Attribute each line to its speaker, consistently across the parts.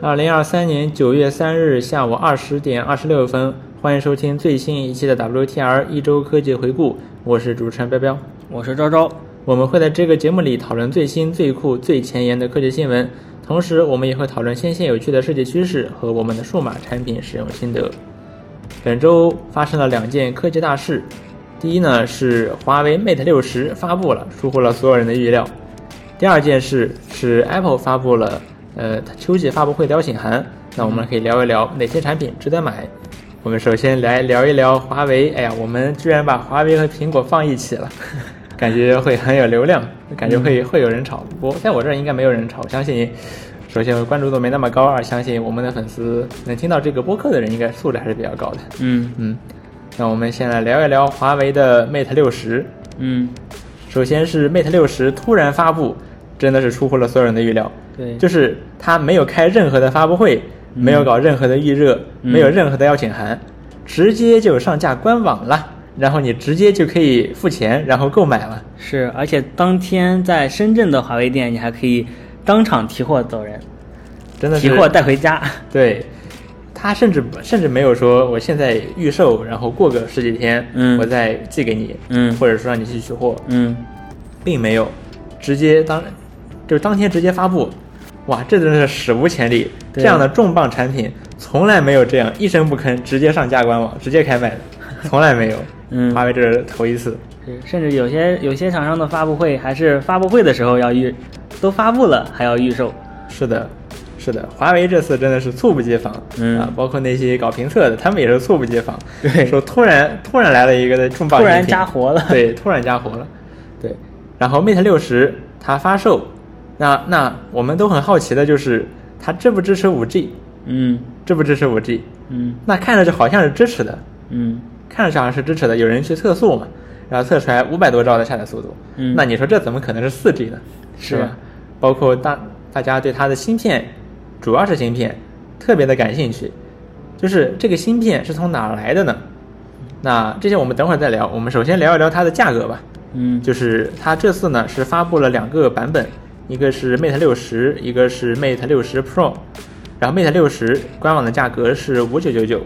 Speaker 1: 二零二三年九月三日下午二十点二十六分，欢迎收听最新一期的 WTR 一周科技回顾，我是主持人彪彪。
Speaker 2: 我是昭昭。
Speaker 1: 我们会在这个节目里讨论最新、最酷、最前沿的科技新闻，同时我们也会讨论新鲜有趣的设计趋势和我们的数码产品使用心得。本周发生了两件科技大事，第一呢是华为 Mate 六十发布了，出乎了所有人的预料。第二件事是 Apple 发布了呃它秋季发布会邀请函，那我们可以聊一聊哪些产品值得买。我们首先来聊一聊华为，哎呀，我们居然把华为和苹果放一起了。 感觉会很有流量，感觉会、会有人炒。我在我这儿应该没有人炒，我相信，首先关注度没那么高，二相信我们的粉丝能听到这个播客的人应该素质还是比较高的。
Speaker 2: 嗯
Speaker 1: 嗯，那我们先来聊一聊华为的 Mate 六十。
Speaker 2: 嗯，
Speaker 1: 首先是 Mate 六十突然发布，真的是出乎了所有人的预料。
Speaker 2: 对，
Speaker 1: 就是他没有开任何的发布会，没有搞任何的预热，
Speaker 2: 嗯
Speaker 1: 没有任何的邀请函，直接就上架官网了，然后你直接就可以付钱，然后购买了。
Speaker 2: 是，而且当天在深圳的华为店，你还可以当场提货走人，
Speaker 1: 真的是
Speaker 2: 提货带回家。
Speaker 1: 对，他甚至甚至没有说我现在预售，然后过个十几天，
Speaker 2: 嗯
Speaker 1: 我再寄给你，
Speaker 2: 嗯
Speaker 1: 或者说让你去取货，
Speaker 2: 嗯，
Speaker 1: 并没有，直接当就是当天直接发布，哇，这真是史无前例，这
Speaker 2: 对
Speaker 1: 样的重磅产品从来没有这样一声不吭直接上架官网，直接开卖的，从来没有，
Speaker 2: 嗯
Speaker 1: 华为这是头一次，
Speaker 2: 是，甚至有些有些厂商的发布会还是发布会的时候要预，都发布了还要预售。
Speaker 1: 是的。是的，华为这次真的是猝不及防，
Speaker 2: 嗯
Speaker 1: 啊，包括那些搞评测的，他们也是猝不及防，
Speaker 2: 对
Speaker 1: 说突然突然来了一个重磅
Speaker 2: 突
Speaker 1: 产品，
Speaker 2: 然加活了。
Speaker 1: 对，突然加活了，对。然后 Mate 六十它发售，那那我们都很好奇的就是它支不支持 5G，
Speaker 2: 嗯
Speaker 1: 支不支持 5G？
Speaker 2: 嗯
Speaker 1: 那看上去好像是支持的，
Speaker 2: 嗯
Speaker 1: 看上去好像是支持的，有人去测速嘛，然后测出来五百多兆的下载速度，
Speaker 2: 嗯
Speaker 1: 那你说这怎么可能是 4G 呢？
Speaker 2: 是
Speaker 1: 吧？包括大大家对它的芯片，主要是芯片特别的感兴趣，就是这个芯片是从哪儿来的呢？那这些我们等会儿再聊，我们首先聊一聊它的价格吧。
Speaker 2: 嗯，
Speaker 1: 就是它这次呢是发布了两个版本，一个是 Mate 六十，一个是 Mate 六十 Pro。然后 Mate 六十官网的价格是五九九九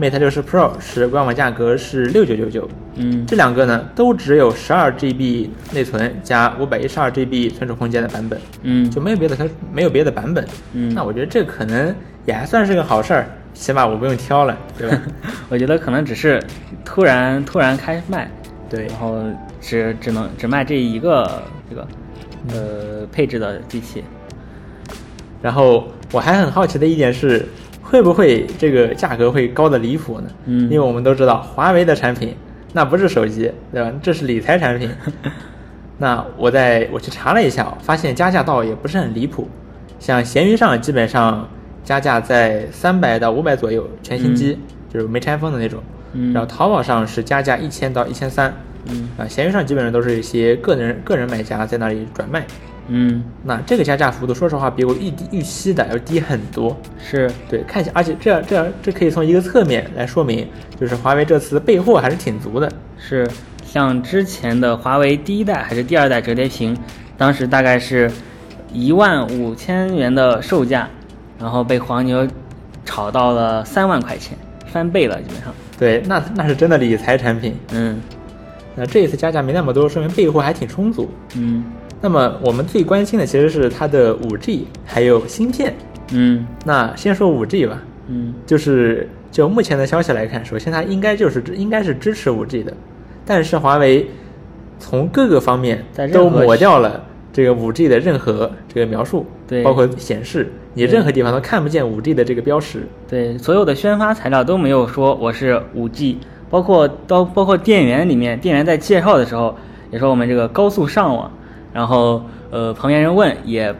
Speaker 1: ，Mate 六十 Pro 是官网价格是六九九九。
Speaker 2: 嗯
Speaker 1: 这两个呢都只有十二 GB 内存加五百一十二 GB 存储空间的版本，
Speaker 2: 嗯
Speaker 1: 就没有别的它没有别的版本。
Speaker 2: 嗯
Speaker 1: 那我觉得这可能也还算是个好事儿，起码我不用挑了，对 吧？
Speaker 2: 我觉得可能只是突然突然开卖，
Speaker 1: 对
Speaker 2: 然后只只能只卖这一个这个呃配置的机器。
Speaker 1: 然后我还很好奇的一点是，会不会这个价格会高的离谱呢？
Speaker 2: 嗯
Speaker 1: 因为我们都知道华为的产品那不是手机，对吧？这是理财产 品。那我在我去查了一下，发现加价倒也不是很离谱，像闲鱼上基本上加价在三百到五百左右，全新机、就是没拆封的那种。
Speaker 2: 嗯
Speaker 1: 然后淘宝上是加价一千到一千三。
Speaker 2: 嗯
Speaker 1: 啊，闲鱼上基本上都是一些个人个人买家在那里转卖。
Speaker 2: 嗯，
Speaker 1: 那这个加价幅度，说实话，比我预低预期的要低很多。
Speaker 2: 是，
Speaker 1: 对，看起，而且这样这样，这可以从一个侧面来说明，就是华为这次备货还是挺足的。
Speaker 2: 是像之前的华为第一代还是第二代折叠屏，当时大概是一万五千元的售价，然后被黄牛炒到了三万块钱，翻倍了基本上。
Speaker 1: 对，那那是真的理财产品。
Speaker 2: 嗯
Speaker 1: 那这一次加价没那么多，说明备货还挺充足。
Speaker 2: 嗯
Speaker 1: 那么我们最关心的其实是它的 5G 还有芯片。
Speaker 2: 嗯
Speaker 1: 那先说 5G 吧，
Speaker 2: 嗯
Speaker 1: 就是就目前的消息来看，首先它应该就是应该是支持 5G 的，但是华为从各个方面
Speaker 2: 在任
Speaker 1: 都
Speaker 2: 何
Speaker 1: 抹掉了这个 5G 的任何这个描述，
Speaker 2: 对
Speaker 1: 包括显示，你
Speaker 2: 对
Speaker 1: 任何地方都看不见 5G 的这个标识，
Speaker 2: 对，所有的宣发材料都没有说我是五 G，包括到包括店员里面，店员在介绍的时候也说我们这个高速上网，然后呃旁边人问也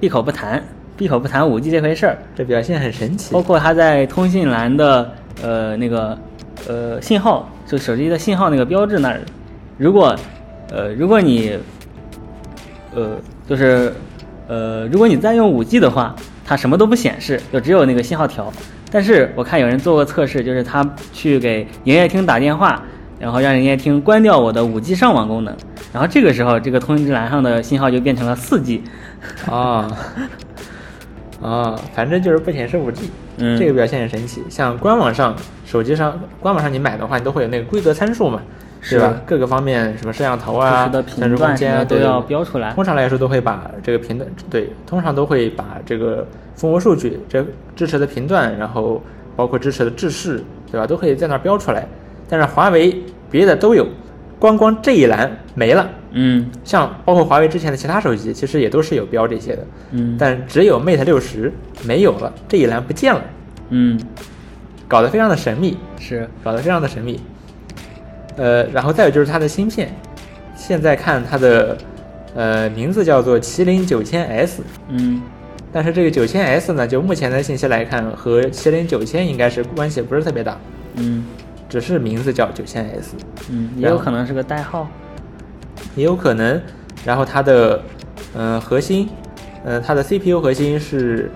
Speaker 2: 闭口不谈，闭口不谈五 G 这回事儿，
Speaker 1: 这表现很神奇
Speaker 2: 包。括他在通信栏的呃那个呃信号，就手机的信号那个标志那儿，如果呃如果你呃就是呃如果你在用五 G 的话，它什么都不显示，就只有那个信号条。但是我看有人做过测试，就是他去给营业厅打电话，然后让营业厅关掉我的五 G 上网功能，然后 这个时候这个通知栏上的信号就变成了四 G。
Speaker 1: 啊、啊，反正就是不显示 5G，、
Speaker 2: 嗯
Speaker 1: 这个表现很神奇。像官网上、手机上、官网上你买的话，你都会有那个规格参数嘛，
Speaker 2: 是
Speaker 1: 对吧？各个方面，什么摄像头
Speaker 2: 实
Speaker 1: 啊
Speaker 2: 时的、
Speaker 1: 像
Speaker 2: 频
Speaker 1: 是空
Speaker 2: 段
Speaker 1: 间
Speaker 2: 什
Speaker 1: 啊
Speaker 2: 么都
Speaker 1: 对
Speaker 2: 要
Speaker 1: 对对
Speaker 2: 标出来。
Speaker 1: 通常来说都会把这个频段，对，通常都会把这个蜂窝数据、这支持的频段，然后包括支持的制式，对吧，都可以在那儿标出来。但是华为别的都有，光光这一栏没了。
Speaker 2: 嗯
Speaker 1: 像包括华为之前的其他手机，其实也都是有标这些的，
Speaker 2: 嗯
Speaker 1: 但只有 Mate 六十没有了，这一栏不见了，
Speaker 2: 嗯，
Speaker 1: 搞得非常的神秘，
Speaker 2: 是
Speaker 1: 搞得非常的神秘。呃，然后再有就是它的芯片，现在看它的呃名字叫做麒麟九千 S，
Speaker 2: 嗯
Speaker 1: 但是这个九千 S 呢，就目前的信息来看，和麒麟九千应该是关系不是特别大，
Speaker 2: 嗯
Speaker 1: 只是名字叫九千 S，
Speaker 2: 嗯，也有可能是个代号。
Speaker 1: 也有可能。然后它的呃核心，呃它的 CPU 核心是，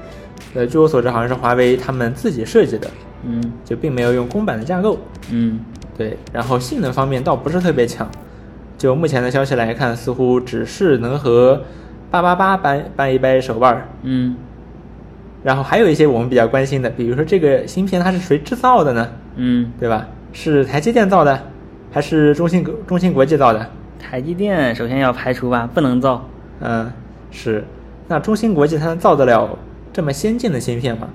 Speaker 1: 呃据我所知好像是华为他们自己设计的，
Speaker 2: 嗯
Speaker 1: 就并没有用公版的架构。
Speaker 2: 嗯
Speaker 1: 对，然后性能方面倒不是特别强，就目前的消息来看，似乎只是能和八八八掰掰一掰手腕儿。
Speaker 2: 嗯
Speaker 1: 然后还有一些我们比较关心的，比如说这个芯片它是谁制造的呢？
Speaker 2: 嗯，
Speaker 1: 对吧？是台积电造的，还是中芯国中芯国际造的？
Speaker 2: 台积电首先要排除吧，不能造。
Speaker 1: 嗯，是。那中芯国际它能造得了这么先进的芯片吗？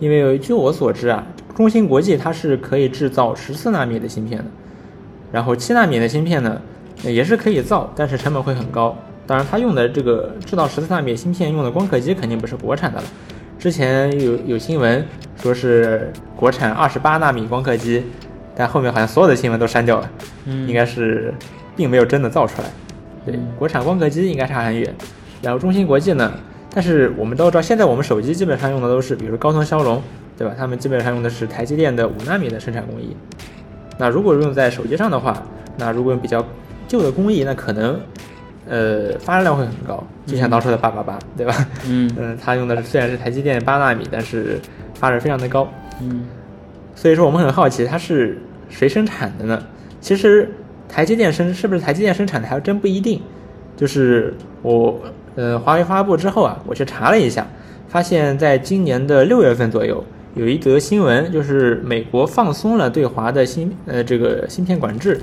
Speaker 1: 因为据我所知啊，中芯国际它是可以制造十四纳米的芯片的，然后七纳米的芯片呢呃也是可以造，但是成本会很高。当然，它用的这个制造十四纳米芯片用的光刻机肯定不是国产的了。之前有有新闻说是国产二十八纳米光刻机，但后面好像所有的新闻都删掉了，
Speaker 2: 嗯
Speaker 1: 应该是并没有真的造出来。对
Speaker 2: 嗯，
Speaker 1: 国产光刻机应该差很远。然后中芯国际呢，但是我们都知道，现在我们手机基本上用的都是，比如说高通、骁龙，对吧？他们基本上用的是台积电的五纳米的生产工艺。那如果用在手机上的话，那如果用比较旧的工艺，那可能呃发热量会很高，就像当初的八八八，对吧？
Speaker 2: 嗯
Speaker 1: 嗯，它用的是虽然是台积电八纳米，但是发热非常的高。
Speaker 2: 嗯
Speaker 1: 所以说我们很好奇它是谁生产的呢？其实台积电生是不是台积电生产的还真不一定。就是我呃华为发布之后啊，我去查了一下，发现在今年的六月份左右。有一则新闻，就是美国放松了对华的芯呃这个芯片管制，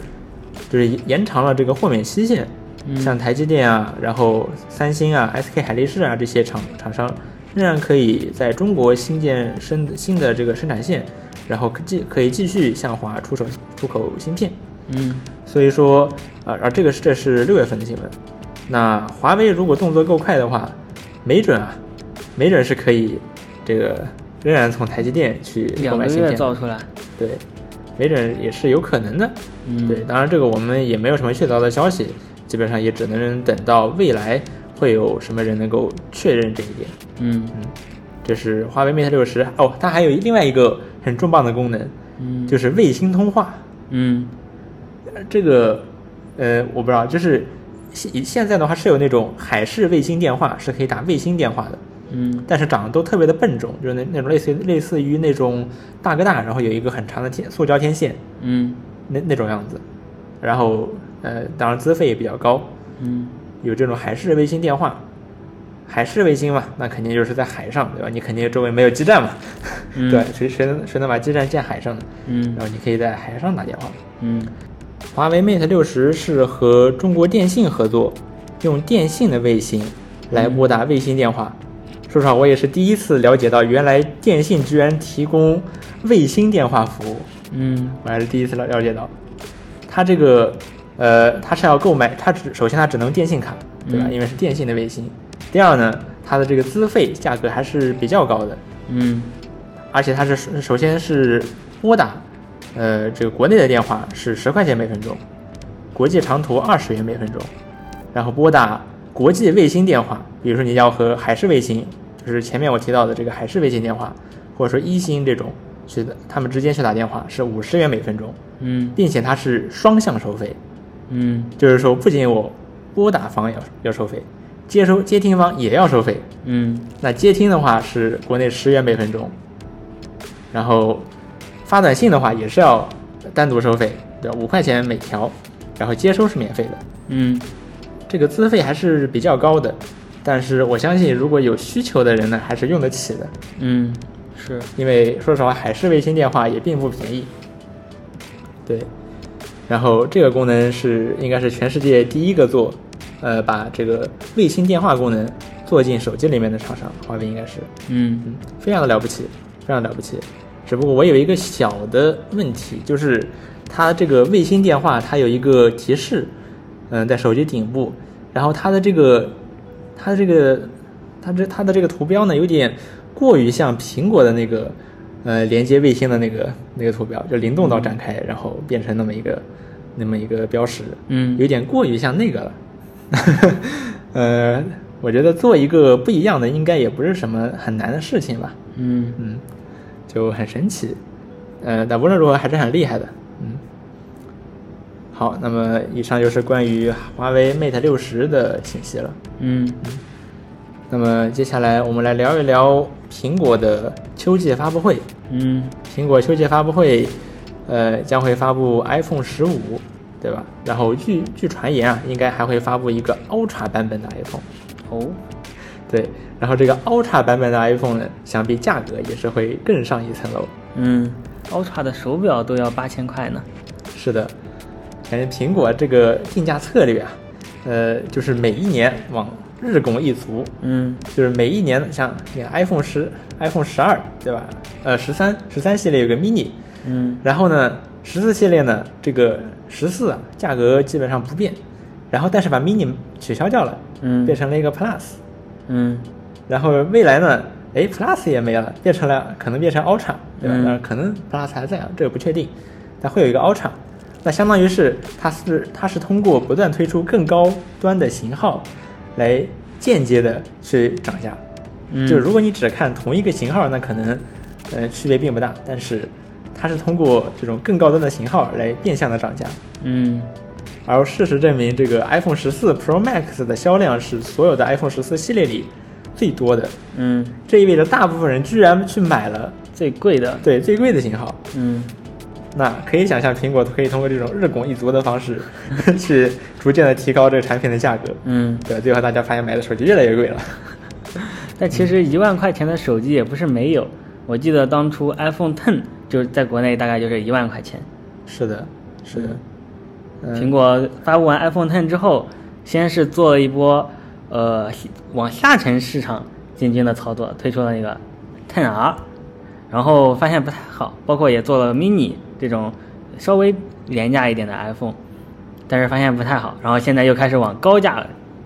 Speaker 1: 就是延长了这个豁免期限，
Speaker 2: 嗯
Speaker 1: 像台积电啊，然后三星啊、SK 海力士啊这些厂厂商，仍然可以在中国新建生新的这个生产线，然后可继可以继续向华出手出口芯片。
Speaker 2: 嗯
Speaker 1: 所以说，啊、而这个是这是六月份的新闻。那华为如果动作够快的话，没准啊，没准是可以这个仍然从台积电去购
Speaker 2: 两个
Speaker 1: 买芯
Speaker 2: 月
Speaker 1: 片，
Speaker 2: 造出来。
Speaker 1: 对，没准也是有可能的。
Speaker 2: 嗯
Speaker 1: 对，当然这个我们也没有什么确凿的消息，基本上也只能等到未来会有什么人能够确认这一点。
Speaker 2: 嗯
Speaker 1: 嗯，这是华为 Mate 六十哦，它还有另外一个很重磅的功能，
Speaker 2: 嗯
Speaker 1: 就是卫星通话。
Speaker 2: 嗯
Speaker 1: 呃这个呃，我不知道，就是现现在的话是有那种海事卫星电话，是可以打卫星电话的。
Speaker 2: 嗯
Speaker 1: 但是长得都特别的笨重，就是那那种类似于类似于那种大哥大，然后有一个很长的天塑胶天线，
Speaker 2: 嗯
Speaker 1: 那那种样子。然后呃，当然资费也比较高，
Speaker 2: 嗯
Speaker 1: 有这种海事卫星电话。海事卫星嘛，那肯定就是在海上，对吧？你肯定周围没有基站嘛，
Speaker 2: 嗯
Speaker 1: 对吧，谁谁能谁能把基站建海上呢？
Speaker 2: 嗯
Speaker 1: 然后你可以在海上打电话。
Speaker 2: 嗯
Speaker 1: 华为 Mate 六十是和中国电信合作，用电信的卫星来拨
Speaker 2: 嗯
Speaker 1: 打卫星电话。说实话，我也是第一次了解到，原来电信居然提供卫星电话服务，
Speaker 2: 嗯
Speaker 1: 我还是第一次了了解到。它这个，呃，它是要购买，它只首先它只能电信卡，对吧？
Speaker 2: 嗯
Speaker 1: 因为是电信的卫星。第二呢，它的这个资费价格还是比较高的，
Speaker 2: 嗯
Speaker 1: 而且它是首首先是拨打，呃，这个国内的电话是十块钱每分钟，国际长途二十元每分钟，然后拨打国际卫星电话，比如说你要和海事卫星，就是前面我提到的这个海事卫星电话，或者说一星这种去的，他们之间去打电话是五十元每分钟，
Speaker 2: 嗯
Speaker 1: 并且它是双向收费，
Speaker 2: 嗯
Speaker 1: 就是说不仅我拨打方要要收费，接收接听方也要收费，
Speaker 2: 嗯
Speaker 1: 那接听的话是国内十元每分钟，然后发短信的话也是要单独收费，对吧？五块钱每条，然后接收是免费的，
Speaker 2: 嗯
Speaker 1: 这个资费还是比较高的。但是我相信，如果有需求的人呢，还是用得起的，
Speaker 2: 嗯，是，
Speaker 1: 因为说实话，海事卫星电话也并不便宜。对，然后这个功能是应该是全世界第一个做，呃，把这个卫星电话功能做进手机里面的厂商，华为应该是，
Speaker 2: 嗯，
Speaker 1: 非常的了不起，非常了不起。只不过我有一个小的问题，就是它这个卫星电话它有一个提示，嗯、在手机顶部，然后它的这个，它这个，它这它的这个图标呢，有点过于像苹果的那个，呃，连接卫星的那个那个图标，就灵动岛展开，然后变成那么一个那么一个标识，
Speaker 2: 嗯
Speaker 1: 有点过于像那个了。 呃，我觉得做一个不一样的，应该也不是什么很难的事情吧。
Speaker 2: 嗯，
Speaker 1: 嗯，就很神奇。呃，但无论如何还是很厉害的。嗯，好，那么以上就是关于华为 Mate 六十的信息了。
Speaker 2: 嗯，
Speaker 1: 那么接下来我们来聊一聊苹果的秋季发布会。
Speaker 2: 嗯，
Speaker 1: 苹果秋季发布会，呃，将会发布 iPhone 十五，对吧？然后据据传言啊，应该还会发布一个 Ultra 版本的 iPhone。
Speaker 2: 哦，
Speaker 1: 对，然后这个 Ultra 版本的 iPhone 呢，想必价格也是会更上一层楼。
Speaker 2: 嗯，Ultra 的手表都要八千块呢，
Speaker 1: 是的，感觉苹果这个定价策略啊，呃，就是每一年往日拱一卒，
Speaker 2: 嗯，
Speaker 1: 就是每一年像你看 iPhone 十、iPhone 十二，对吧？呃，十三、十三系列有个 mini，
Speaker 2: 嗯，
Speaker 1: 然后呢，十四系列呢，这个十四啊，价格基本上不变，然后但是把 mini 取消掉了，
Speaker 2: 嗯
Speaker 1: 变成了一个 Plus，
Speaker 2: 嗯，
Speaker 1: 然后未来呢，哎，Plus 也没了，变成了可能变成 Ultra，对吧？
Speaker 2: 嗯
Speaker 1: 但是可能 Plus 还在啊，这个不确定，但会有一个 Ultra。那相当于是它是它是通过不断推出更高端的型号，来间接的去涨价。
Speaker 2: 嗯
Speaker 1: 就是如果你只看同一个型号，那可能呃区别并不大，但是它是通过这种更高端的型号来变相的涨价。
Speaker 2: 嗯，
Speaker 1: 而事实证明，这个 iPhone 十四 Pro Max 的销量是所有的 iPhone 十四系列里最多的，
Speaker 2: 嗯，
Speaker 1: 这意味着大部分人居然去买了
Speaker 2: 最贵的，
Speaker 1: 对最贵的型号。
Speaker 2: 嗯，
Speaker 1: 那可以想象，苹果可以通过这种日拱一卒的方式， 去逐渐的提高这个产品的价格。
Speaker 2: 嗯，
Speaker 1: 对，最后大家发现买的手机越来越贵了。
Speaker 2: 但其实一万块钱的手机也不是没有，我记得当初 iPhone Ten 就是在国内大概就是一万块钱，
Speaker 1: 是的，是的，嗯
Speaker 2: 苹果发布完 iPhone Ten 之后，先是做了一波呃往下沉市场进军的操作，推出了那个 Ten R，然后发现不太好，包括也做了 Mini 这种稍微廉价一点的 iPhone，但是发现不太好，然后现在又开始往高价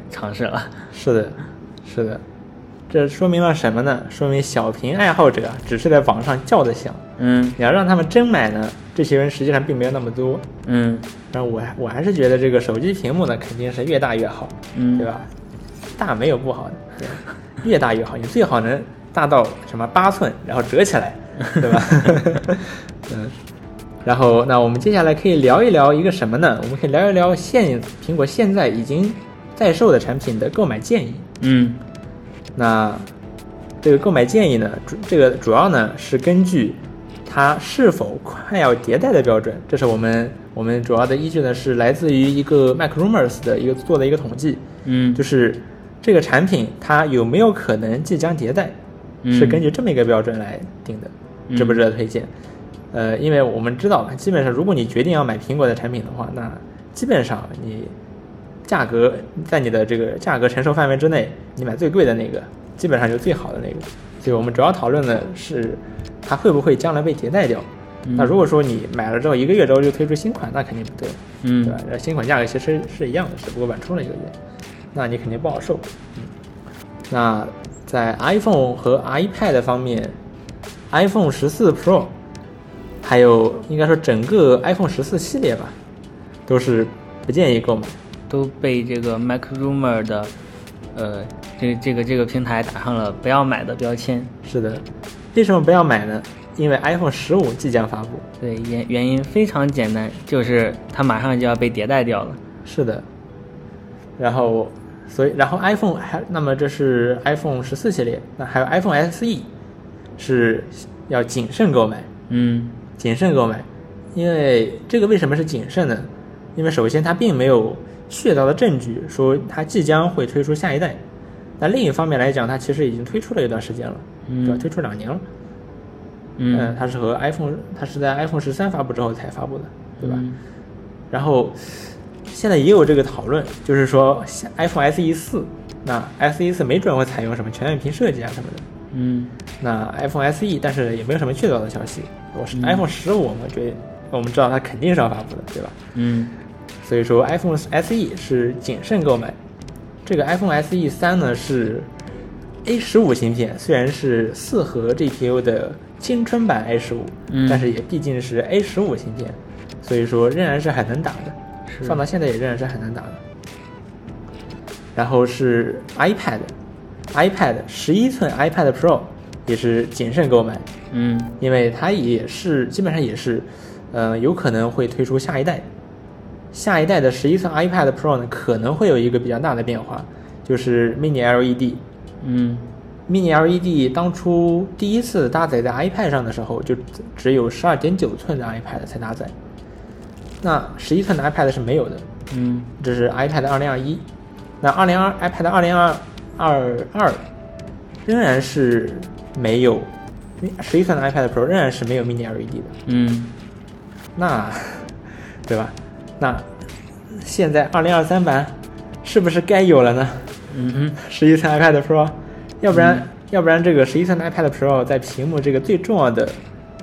Speaker 2: 尝试了。
Speaker 1: 是的，是的。这说明了什么呢？说明小屏爱好者啊只是在网上叫的响，
Speaker 2: 嗯
Speaker 1: 你要让他们真买呢，这些人实际上并没有那么多。
Speaker 2: 嗯
Speaker 1: 但我还我还是觉得这个手机屏幕呢，肯定是越大越好，
Speaker 2: 嗯
Speaker 1: 对吧？大没有不好的，对吧越大越好，你最好能大到什么八寸，然后折起来，对吧？ 嗯，然后那我们接下来可以聊一聊一个什么呢？我们可以聊一聊现苹果现在已经在售的产品的购买建议。
Speaker 2: 嗯
Speaker 1: 那这个购买建议呢，主这个主要呢是根据它是否快要迭代的标准，这是我们我们主要的依据呢是来自于一个 MacRumors 的一个做的一个统计，
Speaker 2: 嗯，
Speaker 1: 就是是这个产品它有没有可能即将迭代，是
Speaker 2: 嗯
Speaker 1: 根据这么一个标准来定的，值不值得推荐？呃，因为我们知道嘛，基本上如果你决定要买苹果的产品的话，那基本上你价格在你的这个价格承受范围之内，你买最贵的那个，基本上就是最好的那个。所以我们主要讨论的是它会不会将来被迭代掉。那如果说你买了之后一个月之后就推出新款，那肯定不对。对吧
Speaker 2: 嗯？
Speaker 1: 呃新款价格其实是一样的，只不过晚出了一个月，那你肯定不好受。嗯，那在 iPhone 和 iPad 方面，iPhone 十四 Pro，还有应该说整个 iPhone 十四系列吧，都是不建议购买。
Speaker 2: 都被这个 MacRumor 的呃这个这个这个平台打上了不要买的标签。
Speaker 1: 是的，为什么不要买呢？因为 iPhone 十五即将发布。
Speaker 2: 对，原原因非常简单，就是它马上就要被迭代掉了。
Speaker 1: 是的，然后所以然后 iPhone 还那么这是 iPhone 十四系列，那还有 iPhone SE 是要谨慎购买，
Speaker 2: 嗯
Speaker 1: 谨慎购买，因为这个为什么是谨慎呢？因为首先它并没有确凿的证据说它即将会推出下一代，但另一方面来讲，它其实已经推出了一段时间了，
Speaker 2: 嗯
Speaker 1: 对吧？推出两年了。
Speaker 2: 嗯，
Speaker 1: 呃它是和 iPhone，它是在 iPhone 十三发布之后才发布的，对吧？
Speaker 2: 嗯
Speaker 1: 然后现在也有这个讨论，就是说像 iPhone SE 四，那 SE 四没准会采用什么全面屏设计啊什么的。
Speaker 2: 嗯
Speaker 1: 那 iPhone SE，但是也没有什么确凿的消息。我是
Speaker 2: 嗯
Speaker 1: iPhone 十五，我们觉得我们知道它肯定是要发布的，对吧？
Speaker 2: 嗯
Speaker 1: 所以说 iPhone SE 是谨慎购买。这个 iPhone SE 三呢是 A 十五芯片，虽然是四核 GPU 的青春版 A 十五，
Speaker 2: 嗯
Speaker 1: 但是也毕竟是 A 十五芯片，所以说仍然是很能打的，
Speaker 2: 是
Speaker 1: 放到现在也仍然是很能打的。然后是 iPad，iPad 十一寸 iPad Pro 也是谨慎购买，
Speaker 2: 嗯
Speaker 1: 因为它也是基本上也是，呃，有可能会推出下一代。下一代的十一寸 iPad Pro 呢，可能会有一个比较大的变化，就是 Mini LED。
Speaker 2: 嗯
Speaker 1: Mini LED 当初第一次搭载在 iPad 上的时候，就只有十二点九寸的 iPad 才搭载，那十一寸的 iPad 是没有的。
Speaker 2: 嗯
Speaker 1: 这是 iPad 二零二一，那二零二 iPad 二零二二二仍然是没有十一寸的 iPad Pro 仍然是没有 Mini LED 的，
Speaker 2: 嗯
Speaker 1: 那对吧？那现在二零二三版是不是该有了呢？
Speaker 2: 嗯哼
Speaker 1: 十一寸 iPad Pro，要不然、要不然这个十一寸的 iPad Pro 在屏幕这个最重要的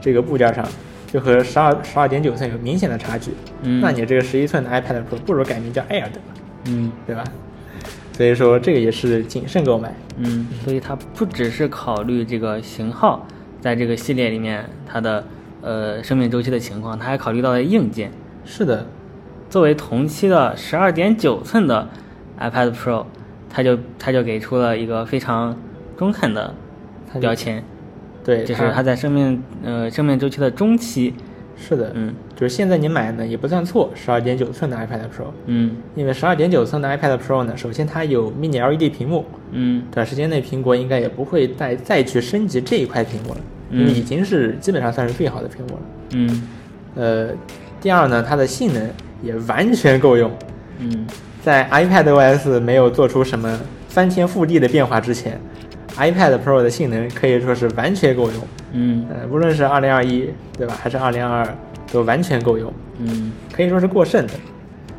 Speaker 1: 这个部件上，就和十二十二点九寸有明显的差距。
Speaker 2: 嗯
Speaker 1: 那你这个十一寸的 iPad Pro 不如改名叫 Air 得了。
Speaker 2: 嗯
Speaker 1: 对吧？所以说这个也是谨慎购买。
Speaker 2: 嗯，所以它不只是考虑这个型号在这个系列里面它的呃生命周期的情况，它还考虑到了硬件。
Speaker 1: 是的，
Speaker 2: 作为同期的十二点九寸的 iPad Pro，它就它就给出了一个非常中肯的
Speaker 1: 它就
Speaker 2: 标签，
Speaker 1: 对，
Speaker 2: 就是它在生命呃生命周期的中期。
Speaker 1: 是的，
Speaker 2: 嗯，
Speaker 1: 就是现在你买呢也不算错，十二点九寸的 iPad Pro，
Speaker 2: 嗯
Speaker 1: 因为十二点九寸的 iPad Pro 呢，首先它有 Mini LED 屏幕，
Speaker 2: 嗯
Speaker 1: 短时间内苹果应该也不会再再去升级这一块屏幕了，因为
Speaker 2: 嗯
Speaker 1: 已经是基本上算是最好的屏幕了。
Speaker 2: 嗯
Speaker 1: 呃，第二呢，它的性能也完全够用，
Speaker 2: 嗯
Speaker 1: 在 iPad OS 没有做出什么翻天覆地的变化之前，iPad Pro 的性能可以说是完全够用。
Speaker 2: 嗯
Speaker 1: 呃，无论是2021对吧，还是2022都完全够用，
Speaker 2: 嗯
Speaker 1: 可以说是过剩的。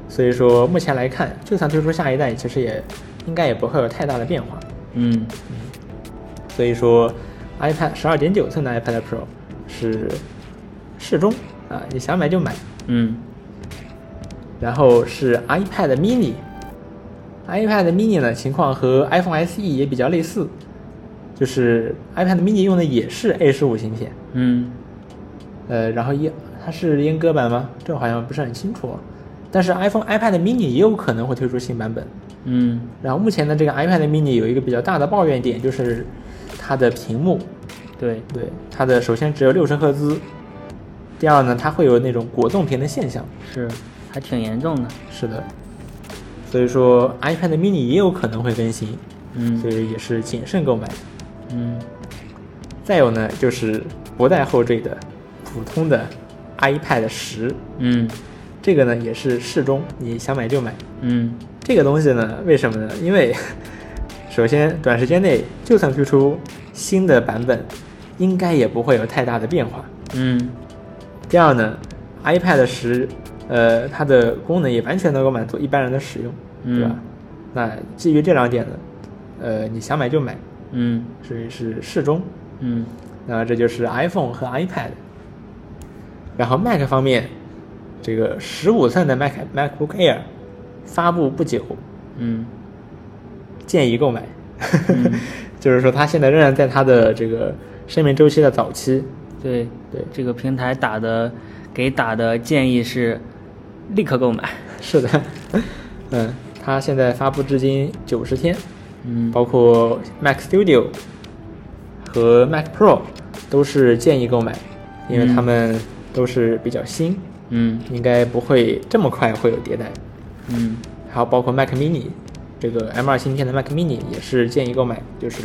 Speaker 1: 所以说，目前来看，就算推出下一代，其实也应该也不会有太大的变化。
Speaker 2: 嗯
Speaker 1: 所以说，iPad 12.9寸的 iPad Pro 是适中啊、你想买就买。
Speaker 2: 嗯
Speaker 1: 然后是 iPad mini。iPad mini 呢，情况和 iPhone SE 也比较类似，就是 iPad mini 用的也是 A 1 5芯片，
Speaker 2: 嗯
Speaker 1: 呃，然后阉它是阉割版吗？这好像不是很清楚啊。但是 iPhone、iPad mini 也有可能会推出新版本。
Speaker 2: 嗯
Speaker 1: 然后目前的这个 iPad mini 有一个比较大的抱怨点，就是它的屏幕，
Speaker 2: 对
Speaker 1: 对它的首先只有六十赫兹，第二呢，它会有那种果冻屏的现象，
Speaker 2: 是还挺严重的。
Speaker 1: 是的，所以说 iPad mini 也有可能会更新，所
Speaker 2: 嗯
Speaker 1: 以也是谨慎购买。
Speaker 2: 嗯
Speaker 1: 再有呢，就是不带后缀的普通的 iPad 十，
Speaker 2: 嗯
Speaker 1: 这个呢也是适中，你想买就买。
Speaker 2: 嗯
Speaker 1: 这个东西呢，为什么呢？因为 首先短时间内就算推出新的版本，应该也不会有太大的变化。
Speaker 2: 嗯
Speaker 1: 第二呢，iPad 十，呃，它的功能也完全能够满足一般人的使用，
Speaker 2: 嗯
Speaker 1: 对吧？那基于这两点呢，呃，你想买就买，
Speaker 2: 嗯
Speaker 1: 所以是适中。
Speaker 2: 嗯
Speaker 1: 那这就是 iPhone 和 iPad。然后 Mac 方面，这个十五寸的 Mac MacBook Air 发布不久，
Speaker 2: 嗯
Speaker 1: 建议购买。
Speaker 2: 嗯
Speaker 1: 就是说，它现在仍然在它的这个生命周期的早期。
Speaker 2: 对。
Speaker 1: 对，
Speaker 2: 这个平台打的给打的建议是立刻购买。
Speaker 1: 是的，嗯，它现在发布至今九十天，
Speaker 2: 嗯
Speaker 1: 包括 Mac Studio 和 Mac Pro 都是建议购买，因为
Speaker 2: 嗯
Speaker 1: 它们都是比较新，
Speaker 2: 嗯
Speaker 1: 应该不会这么快会有迭代。
Speaker 2: 嗯
Speaker 1: 还有包括 Mac Mini，这个 M2 芯片的 Mac Mini 也是建议购买，就是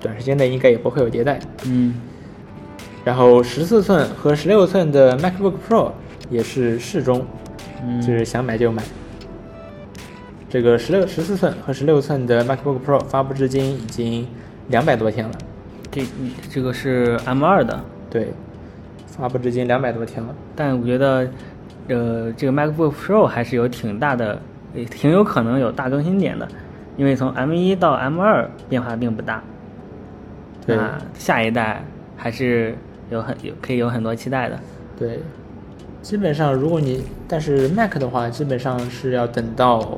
Speaker 1: 短时间内应该也不会有迭代。
Speaker 2: 嗯
Speaker 1: 然后十四寸和十六寸的 MacBook Pro 也是适中，
Speaker 2: 嗯
Speaker 1: 就是想买就买。这个十六、十四寸和十六寸的 MacBook Pro 发布至今已经两百多天了，
Speaker 2: 这你这个是 M 二的，
Speaker 1: 对，发布至今两百多天了。
Speaker 2: 但我觉得，呃，这个 MacBook Pro 还是有挺大的，呃挺有可能有大更新点的，因为从 M 一到 M 二变化并不大。
Speaker 1: 对
Speaker 2: 那下一代还是有很有可以有很多期待的。
Speaker 1: 对，基本上如果你但是 Mac 的话，基本上是要等到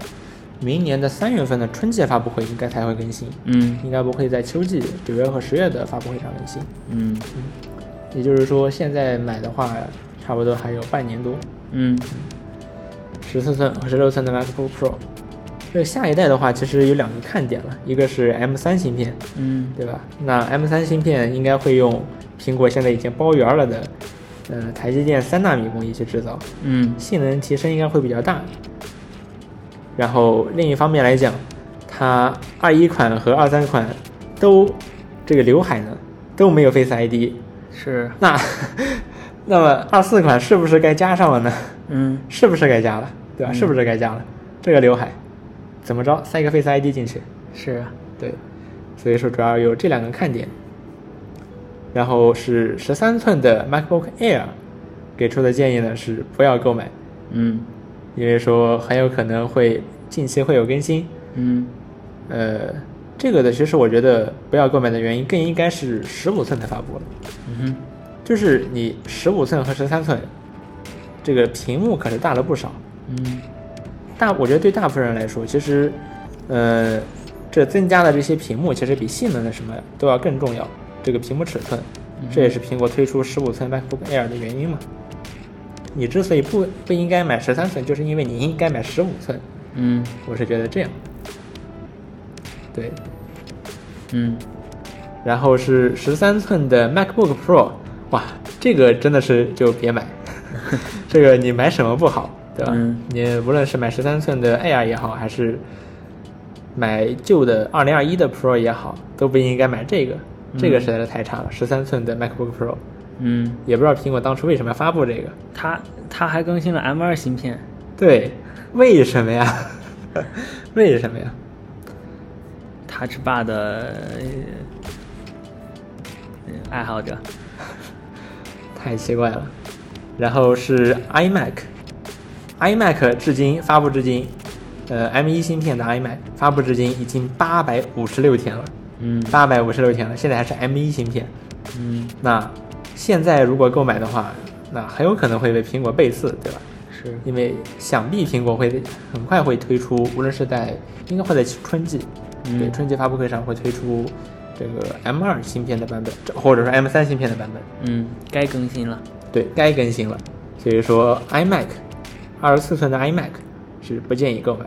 Speaker 1: 明年的三月份的春季发布会应该才会更新，
Speaker 2: 嗯
Speaker 1: 应该不会在秋季九月和十月的发布会上更新。
Speaker 2: 嗯
Speaker 1: 也就是说，现在买的话，差不多还有半年多。
Speaker 2: 嗯
Speaker 1: 十四寸和十六寸的 MacBook Pro，这下一代的话，其实有两个看点了，一个是 M 3芯片，
Speaker 2: 嗯
Speaker 1: 对吧？那 M 3芯片应该会用苹果现在已经包圆了的，呃，台积电三纳米工艺去制造，
Speaker 2: 嗯
Speaker 1: 性能提升应该会比较大。然后另一方面来讲，它二一款和二三款都这个刘海呢都没有 Face ID，
Speaker 2: 是
Speaker 1: 那 那么二四款是不是该加上了呢？
Speaker 2: 嗯
Speaker 1: 是不是该加了？对吧？
Speaker 2: 嗯
Speaker 1: 是不是该加了？这个刘海怎么着塞个 Face ID 进去？
Speaker 2: 是
Speaker 1: 对，所以说主要有这两个看点。然后是十三寸的 MacBook Air，给出的建议呢是不要购买，
Speaker 2: 嗯
Speaker 1: 因为说很有可能会近期会有更新。
Speaker 2: 嗯
Speaker 1: 呃，这个的其实我觉得不要购买的原因更应该是十五寸的发布了，
Speaker 2: 嗯哼
Speaker 1: 就是你十五寸和十三寸，这个屏幕可是大了不少。
Speaker 2: 嗯
Speaker 1: 大，我觉得对大部分人来说，其实，呃，这增加的这些屏幕其实比性能的什么都要更重要。这个屏幕尺寸，这也是苹果推出十五寸 MacBook Air 的原因嘛。你之所以不不应该买十三寸，就是因为你应该买十五寸。
Speaker 2: 嗯
Speaker 1: 我是觉得这样。对，
Speaker 2: 嗯
Speaker 1: 然后是十三寸的 MacBook Pro，哇，这个真的是就别买，这个你买什么不好，对吧？
Speaker 2: 嗯
Speaker 1: 你无论是买十三寸的 Air 也好，还是买旧的二零二一的 Pro 也好，都不应该买这个，这个实在是太差了。十三寸的 MacBook Pro，
Speaker 2: 嗯，
Speaker 1: 也不知道苹果当初为什么要发布这个，
Speaker 2: 它它还更新了 M 二芯片。
Speaker 1: 对，为什么呀？ 为什么呀？
Speaker 2: Touch Bar 的呃爱好者。
Speaker 1: 太奇怪了。然后是 iMac，iMac 至今发布至今，呃，M1 芯片的 iMac 发布至今已经八百五十六天了，
Speaker 2: 嗯
Speaker 1: 八百五十六天了，现在还是 M1 芯片。
Speaker 2: 嗯，
Speaker 1: 那现在如果购买的话，那很有可能会被苹果背刺，对吧？
Speaker 2: 是
Speaker 1: 因为想必苹果会很快会推出，无论是在应该会在春季，
Speaker 2: 嗯
Speaker 1: 对春季发布会上会推出这个 M2 芯片的版本，这或者说 M3 芯片的版本。
Speaker 2: 嗯，该更新了。
Speaker 1: 对该更新了，所以说 iMac 二十四寸的 iMac 是不建议购买。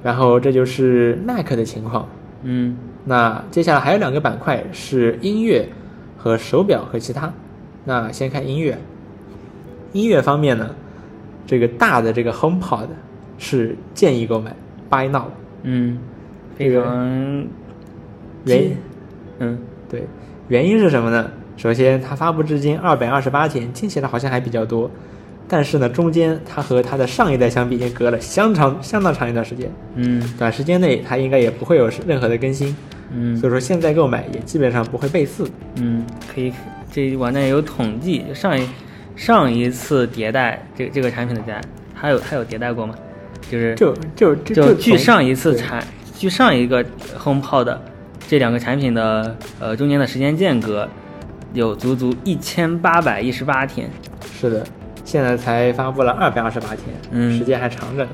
Speaker 1: 然后这就是 Mac 的情况。
Speaker 2: 嗯
Speaker 1: 那接下来还有两个板块是音乐和手表和其他。那先看音乐，音乐方面呢，这个大的这个 HomePod 是建议购买，Buy Now。
Speaker 2: 嗯，
Speaker 1: 这
Speaker 2: 非
Speaker 1: 个
Speaker 2: 常
Speaker 1: 原因
Speaker 2: 基嗯
Speaker 1: 对，原因是什么呢？首先，它发布至今二百二十八天，听起来好像还比较多，但是呢，中间它和它的上一代相比，已经隔了相长相当长一段时间。
Speaker 2: 嗯
Speaker 1: 短时间内，它应该也不会有任何的更新，
Speaker 2: 嗯
Speaker 1: 所以说现在购买也基本上不会背刺。
Speaker 2: 嗯，可以。这网站有统计，就上一上一次迭代这这个产品的迭代，还有还有迭代过吗？就是
Speaker 1: 就就就
Speaker 2: 嗯就
Speaker 1: 从
Speaker 2: 距上一次
Speaker 1: 对
Speaker 2: 产，距上一个 HomePod 这两个产品的呃中间的时间间隔有足足一千八百一十八天。
Speaker 1: 是的，现在才发布了二百二十八天，
Speaker 2: 嗯
Speaker 1: 时间还长着呢。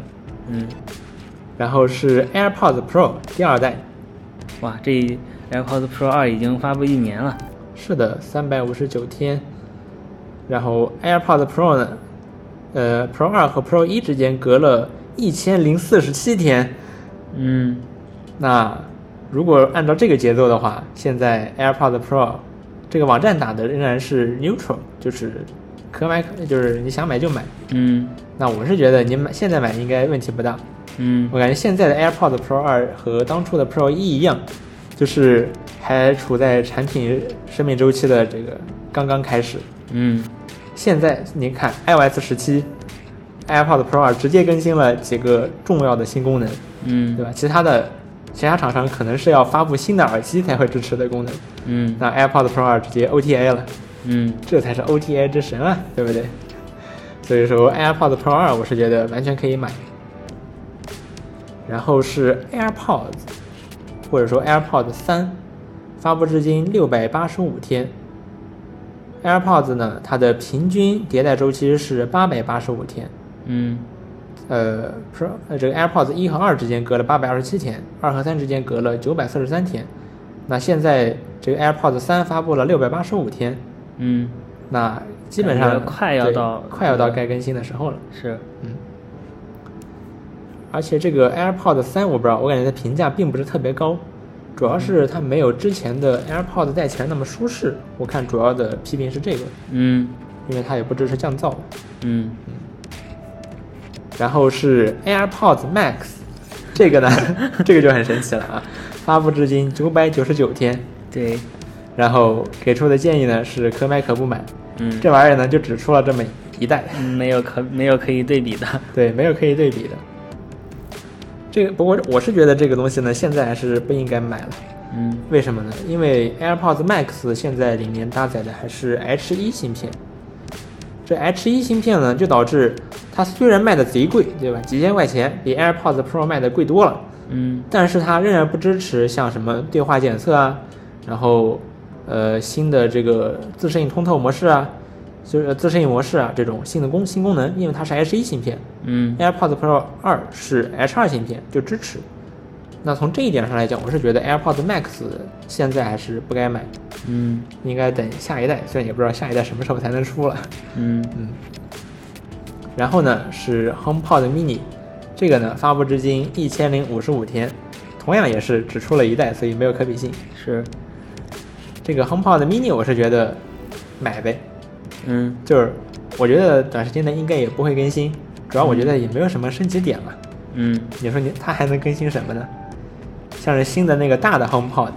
Speaker 2: 嗯，
Speaker 1: 然后是 AirPods Pro 第二代，
Speaker 2: 哇，这 AirPods Pro 二已经发布一年了。
Speaker 1: 是的，三百五十九天。然后 AirPods Pro 呢，呃，Pro 二和 Pro 一之间隔了一千零四十七天。
Speaker 2: 嗯
Speaker 1: 那如果按照这个节奏的话，现在 AirPods Pro 这个网站打的仍然是 neutral，就是可买可，就是你想买就买。
Speaker 2: 嗯
Speaker 1: 那我是觉得你买现在买应该问题不大。
Speaker 2: 嗯
Speaker 1: 我感觉现在的 AirPods Pro 二和当初的 Pro 一一样，就是还处在产品生命周期的这个刚刚开始。
Speaker 2: 嗯
Speaker 1: 现在您看 iOS 十七、 AirPods Pro 二直接更新了几个重要的新功能，
Speaker 2: 嗯
Speaker 1: 对吧？其他的其他厂商可能是要发布新的耳机才会支持的功能，
Speaker 2: 嗯
Speaker 1: 那 AirPods Pro 二直接 OTA 了，
Speaker 2: 嗯
Speaker 1: 这才是 OTA 之神啊，对不对？所以说 AirPods Pro 二我是觉得完全可以买。然后是 AirPods，或者说 AirPods 三，发布至今六百八十五天。AirPods 呢，它的平均迭代周期是八百八十五天。
Speaker 2: 嗯
Speaker 1: 呃，Pro 呃这个 AirPods 一和二之间隔了八百二十七天，二和三之间隔了九百四十三天。那现在这个 AirPods 三发布了六百八十五天，
Speaker 2: 嗯，
Speaker 1: 那基本上
Speaker 2: 感觉快要
Speaker 1: 对
Speaker 2: 到
Speaker 1: 快要到该更新的时候了。嗯
Speaker 2: 是，
Speaker 1: 而且这个 AirPods 三，我不知道，我感觉它评价并不是特别高，主要是它没有之前的 AirPods 带起来那么舒适。我看主要的批评是这个，
Speaker 2: 嗯
Speaker 1: 因为它也不支持降噪。
Speaker 2: 嗯
Speaker 1: 然后是 AirPods Max，这个呢， 这个就很神奇了啊！发布至今九百九十九天，
Speaker 2: 对，
Speaker 1: 然后给出的建议呢是可买可不买。
Speaker 2: 嗯
Speaker 1: 这玩意儿呢就只出了这么一代，
Speaker 2: 嗯没有可没有可以对比的，
Speaker 1: 对，没有可以对比的。这个不过我是觉得这个东西呢，现在还是不应该买了。
Speaker 2: 嗯
Speaker 1: 为什么呢？因为 AirPods Max 现在里面搭载的还是 H1 芯片，这 H1 芯片呢，就导致它虽然卖的贼贵，对吧？几千块钱比 AirPods Pro 卖的贵多了，
Speaker 2: 嗯
Speaker 1: 但是它仍然不支持像什么对话检测啊，然后呃新的这个自适应通透模式啊，就是自适应模式啊这种新的功新功能，因为它是 H1 芯片，
Speaker 2: 嗯
Speaker 1: AirPods Pro 二是 H2 芯片，就支持。那从这一点上来讲，我是觉得 AirPods Max 现在还是不该买，
Speaker 2: 嗯
Speaker 1: 应该等下一代。虽然也不知道下一代什么时候才能出了。
Speaker 2: 嗯
Speaker 1: 然后呢是 HomePod Mini，这个呢发布至今一千零五十五天，同样也是只出了一代，所以没有可比性。
Speaker 2: 是，
Speaker 1: 这个 HomePod Mini 我是觉得买呗，
Speaker 2: 嗯
Speaker 1: 就是我觉得短时间内应该也不会更新，主要我觉得也没有什么升级点了。
Speaker 2: 嗯
Speaker 1: 你说你它还能更新什么呢？像是新的那个大的 HomePod，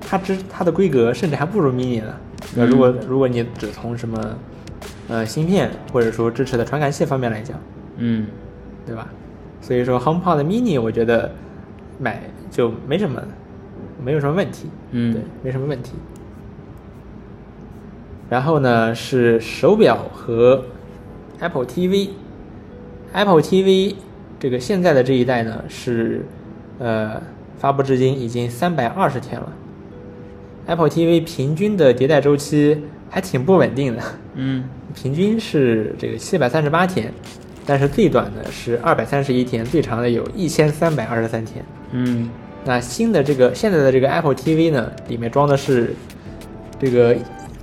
Speaker 1: 它之它的规格甚至还不如 Mini 呢。那如果如果你只从什么呃芯片或者说支持的传感器方面来讲，
Speaker 2: 嗯
Speaker 1: 对吧？所以说 HomePod Mini 我觉得买就没什么，没有什么问题，
Speaker 2: 嗯
Speaker 1: 对，没什么问题。然后呢是手表和 Apple TV，Apple TV 这个现在的这一代呢是呃发布至今已经三百二十天了，Apple TV 平均的迭代周期还挺不稳定的。
Speaker 2: 嗯
Speaker 1: 平均是这个七百三十八天，但是最短的是二百三十一天，最长的有一千三百二十三天。
Speaker 2: 嗯
Speaker 1: 那新的这个现在的这个 Apple TV 呢，里面装的是这个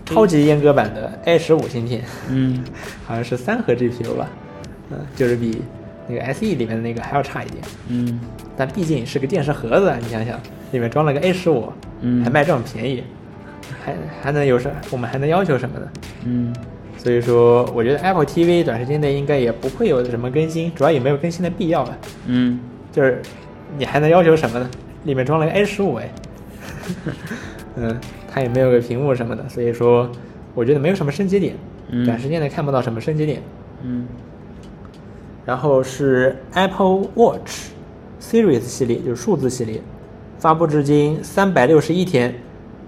Speaker 1: 超级阉割版的 i 十五芯片，
Speaker 2: 嗯
Speaker 1: 好像是三核 GPU 吧，嗯，就是比那个 SE 里面的那个还要差一点。
Speaker 2: 嗯
Speaker 1: 但毕竟是个电视盒子啊，你想想，里面装了个 A 十五，
Speaker 2: 嗯
Speaker 1: 还卖这么便宜，还还能有什？我们还能要求什么呢？
Speaker 2: 嗯
Speaker 1: 所以说，我觉得 Apple TV 短时间内应该也不会有什么更新，主要也没有更新的必要了。
Speaker 2: 嗯
Speaker 1: 就是你还能要求什么呢？里面装了个 A 十五哎， 嗯，它也没有个屏幕什么的，所以说我觉得没有什么升级点，
Speaker 2: 嗯
Speaker 1: 短时间内看不到什么升级点。
Speaker 2: 嗯
Speaker 1: 然后是 Apple Watch Series 系列，就是数字系列，发布至今三百六十一天，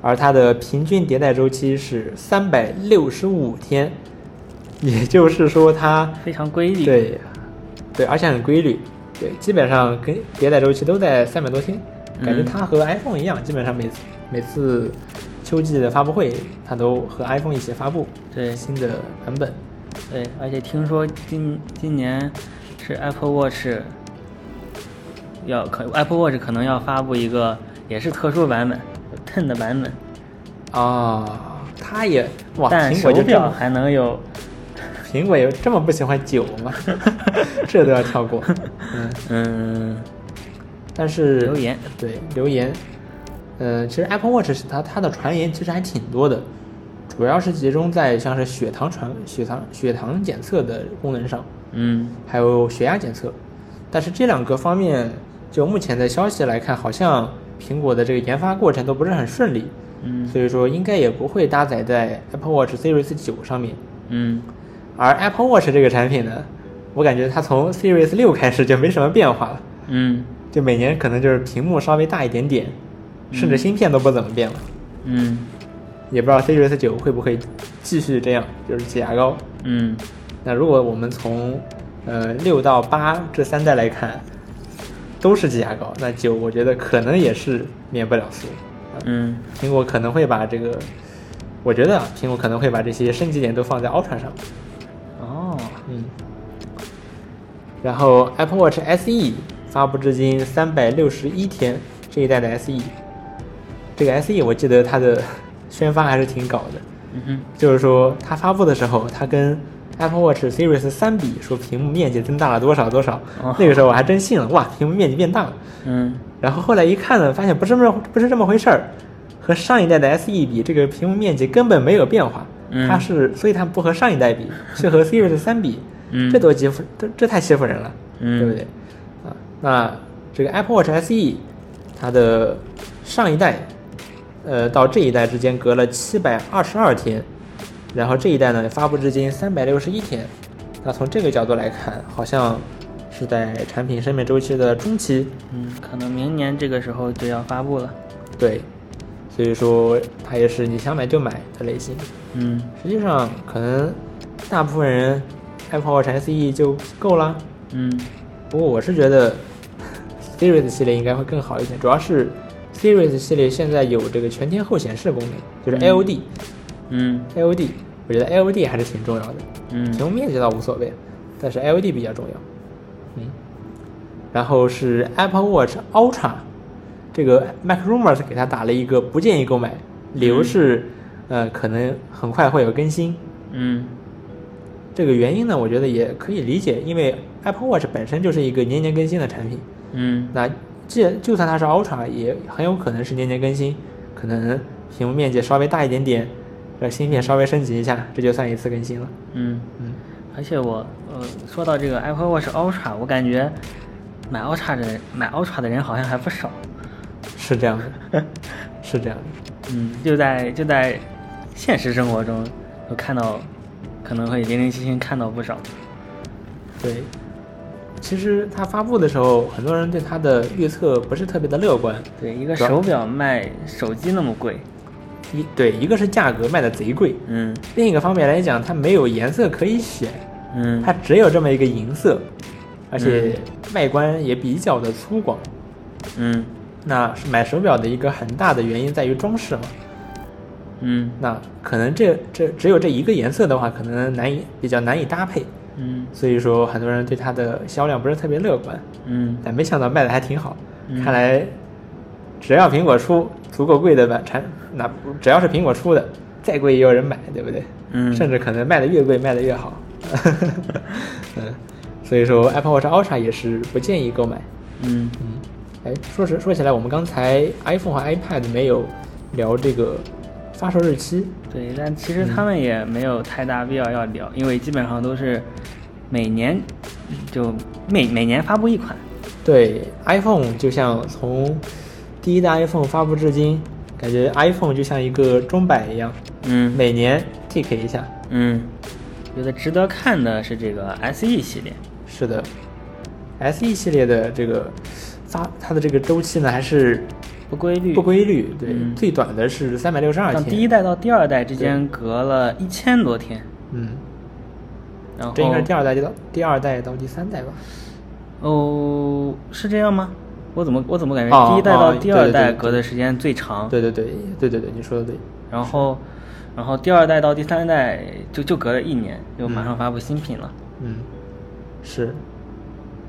Speaker 1: 而它的平均迭代周期是三百六十五天，也就是说它
Speaker 2: 非常规律，
Speaker 1: 对对，而且很规律，对，基本上跟迭代周期都在三百多天，感觉
Speaker 2: 嗯
Speaker 1: 它和 iPhone 一样，基本上每次每次秋季的发布会，它都和 iPhone 一起发布
Speaker 2: 对
Speaker 1: 新的版本。
Speaker 2: 对，而且听说今今年是 Apple Watch 要可 Apple Watch 可能要发布一个也是特殊版本，Ten 的版本，
Speaker 1: 啊，他也哇，
Speaker 2: 但
Speaker 1: 苹果
Speaker 2: 手
Speaker 1: 就这
Speaker 2: 表
Speaker 1: 么，
Speaker 2: 还能有，
Speaker 1: 苹果有这么不喜欢酒 吗？这都要跳过。嗯，
Speaker 2: 嗯
Speaker 1: 但是
Speaker 2: 留言
Speaker 1: 对留言，呃，其实 Apple Watch 是它它的传言其实还挺多的，主要是集中在像是血糖传血糖血糖检测的功能上，
Speaker 2: 嗯
Speaker 1: 还有血压检测。但是这两个方面，就目前的消息来看，好像苹果的这个研发过程都不是很顺利，
Speaker 2: 嗯
Speaker 1: 所以说应该也不会搭载在 Apple Watch Series 9上面。
Speaker 2: 嗯
Speaker 1: 而 Apple Watch 这个产品呢，我感觉它从 Series 六开始就没什么变化了，
Speaker 2: 嗯
Speaker 1: 就每年可能就是屏幕稍微大一点点，甚至芯片都不怎么变了。
Speaker 2: 嗯
Speaker 1: 也不知道 Series 九会不会继续这样，就是挤牙膏。
Speaker 2: 嗯
Speaker 1: 那如果我们从呃六到八这三代来看，都是挤牙膏，那九我觉得可能也是免不了俗。
Speaker 2: 嗯
Speaker 1: 苹果可能会把这个，我觉得啊，苹果可能会把这些升级点都放在 Ultra 上。
Speaker 2: 哦，
Speaker 1: 嗯。然后 Apple Watch SE 发布至今三百六十一天，这一代的 SE，这个 SE 我记得它的宣发还是挺搞的，
Speaker 2: 嗯哼，
Speaker 1: 就是说它发布的时候，它跟 Apple Watch Series 三比，说屏幕面积增大了多少多少
Speaker 2: 哦，
Speaker 1: 那个时候我还真信了，哇，屏幕面积变大了。
Speaker 2: 嗯
Speaker 1: 然后后来一看呢，发现不是这么不是这么回事儿，和上一代的 SE 比，这个屏幕面积根本没有变化，
Speaker 2: 嗯
Speaker 1: 它是所以它不和上一代比，是和 Series 三比，
Speaker 2: 嗯
Speaker 1: 这多欺负，这这太欺负人了，
Speaker 2: 嗯
Speaker 1: 对不对？啊，那这个 Apple Watch SE 它的上一代，呃，到这一代之间隔了七百二十二天，然后这一代呢发布至今三百六十一天，那从这个角度来看，好像是在产品生命周期的中期。
Speaker 2: 嗯，可能明年这个时候就要发布了。
Speaker 1: 对，所以说它也是你想买就买的类型。
Speaker 2: 嗯
Speaker 1: 实际上，可能大部分人 Apple Watch SE E 就够了。
Speaker 2: 嗯
Speaker 1: 不过我是觉得 Series 系列应该会更好一点，主要是 Series 系列现在有这个全天候显示功能，就是
Speaker 2: 嗯
Speaker 1: AOD、
Speaker 2: 嗯
Speaker 1: AOD，我觉得 AOD 还是挺重要的。屏
Speaker 2: 嗯
Speaker 1: 幕面积倒无所谓，但是 LED 比较重要。嗯，然后是 Apple Watch Ultra，这个 Mac Rumors 给它打了一个不建议购买，理由是，呃，可能很快会有更新。
Speaker 2: 嗯
Speaker 1: 这个原因呢，我觉得也可以理解，因为 Apple Watch 本身就是一个年年更新的产品。
Speaker 2: 嗯
Speaker 1: 那既就算它是 Ultra，也很有可能是年年更新，可能屏幕面积稍微大一点点，让芯片稍微升级一下，这就算一次更新了。
Speaker 2: 嗯，
Speaker 1: 嗯，
Speaker 2: 而且我呃说到这个 Apple Watch Ultra，我感觉买 Ultra 的人买 Ultra 的人好像还不少。
Speaker 1: 是这样的，是这样的。
Speaker 2: 嗯，就在就在现实生活中，我看到可能会零零星星看到不少。
Speaker 1: 对，其实它发布的时候，很多人对它的预测不是特别的乐观。
Speaker 2: 对，一个
Speaker 1: 主要
Speaker 2: 手表卖手机那么贵，
Speaker 1: 一对，一个是价格卖的贼贵，
Speaker 2: 嗯
Speaker 1: 另一个方面来讲，它没有颜色可以选，
Speaker 2: 嗯
Speaker 1: 它只有这么一个银色，而且外观也比较的粗犷。
Speaker 2: 嗯
Speaker 1: 那买手表的一个很大的原因在于装饰嘛。
Speaker 2: 嗯
Speaker 1: 那可能这这只有这一个颜色的话，可能难以比较难以搭配，
Speaker 2: 嗯
Speaker 1: 所以说很多人对它的销量不是特别乐观。
Speaker 2: 嗯
Speaker 1: 但没想到卖的还挺好。
Speaker 2: 嗯
Speaker 1: 看来，只要苹果出足够贵的版产，那只要是苹果出的，再贵也有人买，对不对？
Speaker 2: 嗯
Speaker 1: 甚至可能卖的越贵，卖的越好。 嗯，所以说 Apple Watch Ultra 也是不建议购买。
Speaker 2: 嗯
Speaker 1: 嗯，哎，说实说起来，我们刚才 iPhone 和 iPad 没有聊这个发售日期。
Speaker 2: 对，但其实他们也没有太大必要要聊，因为基本上都是每年就每每年发布一款。
Speaker 1: 对 iPhone 就像从第一代 iPhone 发布至今，感觉 iPhone 就像一个钟摆一样，
Speaker 2: 嗯
Speaker 1: 每年 tick 一下。
Speaker 2: 嗯，觉得值得看的是这个 SE 系列。
Speaker 1: 是的，SE 系列的这个发它的这个周期呢还是
Speaker 2: 不规律，
Speaker 1: 不规律，对，
Speaker 2: 嗯
Speaker 1: 最短的是三百六十二
Speaker 2: 像
Speaker 1: 天。
Speaker 2: 第一代到第二代之间隔了一千多天，
Speaker 1: 嗯，
Speaker 2: 然后
Speaker 1: 这应该是第二代到第二代到第三代吧？
Speaker 2: 哦，是这样吗？我怎么我怎么感
Speaker 1: 哦
Speaker 2: 觉第一代到
Speaker 1: 哦
Speaker 2: 第二
Speaker 1: 对对对
Speaker 2: 代
Speaker 1: 对
Speaker 2: 隔的时间最长？
Speaker 1: 对对对对对对，你说的对。
Speaker 2: 然后然后第二代到第三代就就隔了一年，就马上发布新品了。
Speaker 1: 嗯，是，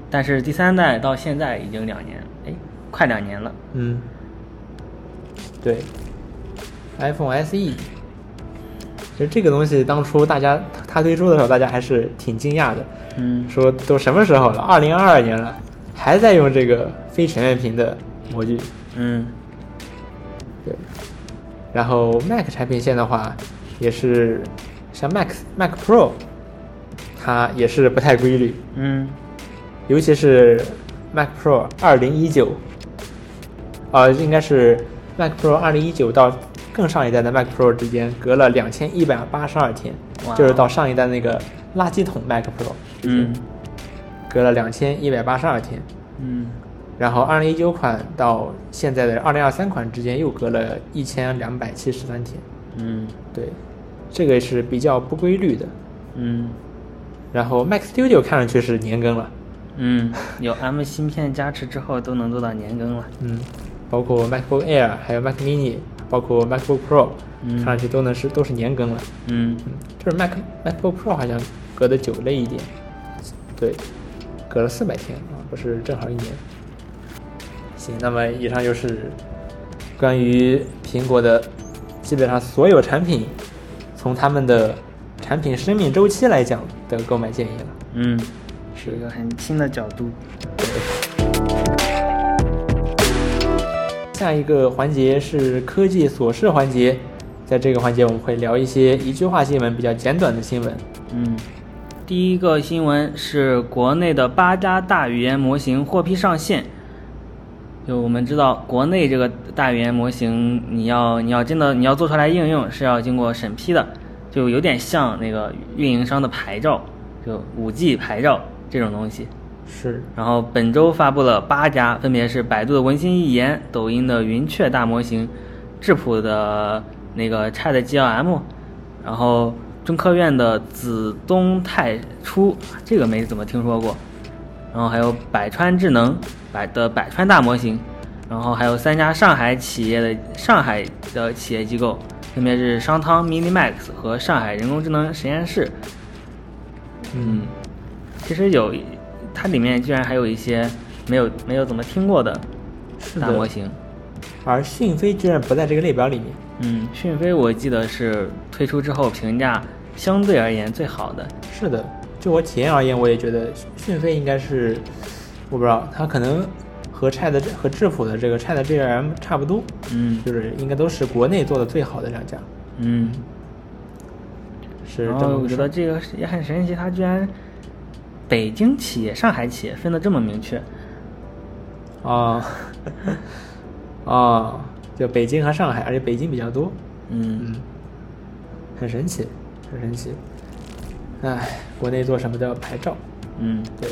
Speaker 2: 但是第三代到现在已经两年，哎，快两年了。
Speaker 1: 嗯，对，iPhone SE。其实这个东西当初大家它推出的时候，大家还是挺惊讶的，
Speaker 2: 嗯
Speaker 1: 说都什么时候了，二零二二年了，还在用这个非全面屏的模具。
Speaker 2: 嗯
Speaker 1: 对，然后 Mac 产品线的话，也是像 Mac Mac Pro，它也是不太规律，
Speaker 2: 嗯
Speaker 1: 尤其是 Mac Pro 二零一九，呃，应该是 Mac Pro 二零一九到更上一代的 Mac Pro 之间隔了两千一百八十二天
Speaker 2: 哇，哦
Speaker 1: 就是到上一代那个垃圾桶 Mac Pro 之间。
Speaker 2: 嗯
Speaker 1: 隔了两千一百八十二天，
Speaker 2: 嗯
Speaker 1: 然后二零一九款到现在的二零二三款之间又隔了一千两百七十三天，
Speaker 2: 嗯
Speaker 1: 对，这个是比较不规律的。
Speaker 2: 嗯
Speaker 1: 然后 Mac Studio 看上去是年更了，
Speaker 2: 嗯，有 M 芯片加持之后都能做到年更了。
Speaker 1: 嗯，包括 MacBook Air，还有 Mac Mini，包括 MacBook Pro，、
Speaker 2: 嗯
Speaker 1: 看上去都能是都是年更了。
Speaker 2: 嗯
Speaker 1: 嗯，就是 Mac MacBook Pro 好像隔得久了一点，对，隔了四百天啊，不是正好一年。行，那么以上就是关于苹果的基本上所有产品，从他们的产品生命周期来讲的购买建议了。
Speaker 2: 嗯，是一个很新的角度。
Speaker 1: 下一个环节是科技琐事环节，在这个环节我们会聊一些一句话新闻，比较简短的新闻。
Speaker 2: 嗯，第一个新闻是国内的八家大语言模型获批上线。就我们知道，国内这个大语言模型，你要你要真的你要做出来应用，是要经过审批的，就有点像那个运营商的牌照，就五 G 牌照这种东西。
Speaker 1: 是，
Speaker 2: 然后本周发布了八家，分别是百度的文心一言、抖音的云雀大模型、智谱的那个 Chat GLM，然后中科院的子东太初，这个没怎么听说过。然后还有百川智能百的百川大模型，然后还有三家上海企业的上海的企业机构，分别是商汤 MiniMax 和上海人工智能实验室。
Speaker 1: 嗯，
Speaker 2: 其实有一，它里面居然还有一些没有没有怎么听过的
Speaker 1: 是
Speaker 2: 大模
Speaker 1: 的。
Speaker 2: 型。
Speaker 1: 而讯飞居然不在这个列表里面。
Speaker 2: 嗯，讯飞我记得是推出之后评价相对而言最好的。
Speaker 1: 是的，就我体验而言，我也觉得讯飞应该是，我不知道，它可能和 Chat 和智谱的这个 Chat GLM 差不多，
Speaker 2: 嗯
Speaker 1: 就是应该都是国内做的最好的两家，
Speaker 2: 嗯，
Speaker 1: 哦是
Speaker 2: 然
Speaker 1: 这
Speaker 2: 后
Speaker 1: 么
Speaker 2: 我
Speaker 1: 个
Speaker 2: 觉
Speaker 1: 事
Speaker 2: 得
Speaker 1: 儿。
Speaker 2: 这个是也很神奇，它居然北京企业、上海企业分的这么明确。
Speaker 1: 啊啊，就北京和上海，而且北京比较多，
Speaker 2: 嗯
Speaker 1: 嗯，很神奇，很神奇。唉，国内做什么都要牌照，
Speaker 2: 嗯
Speaker 1: 对。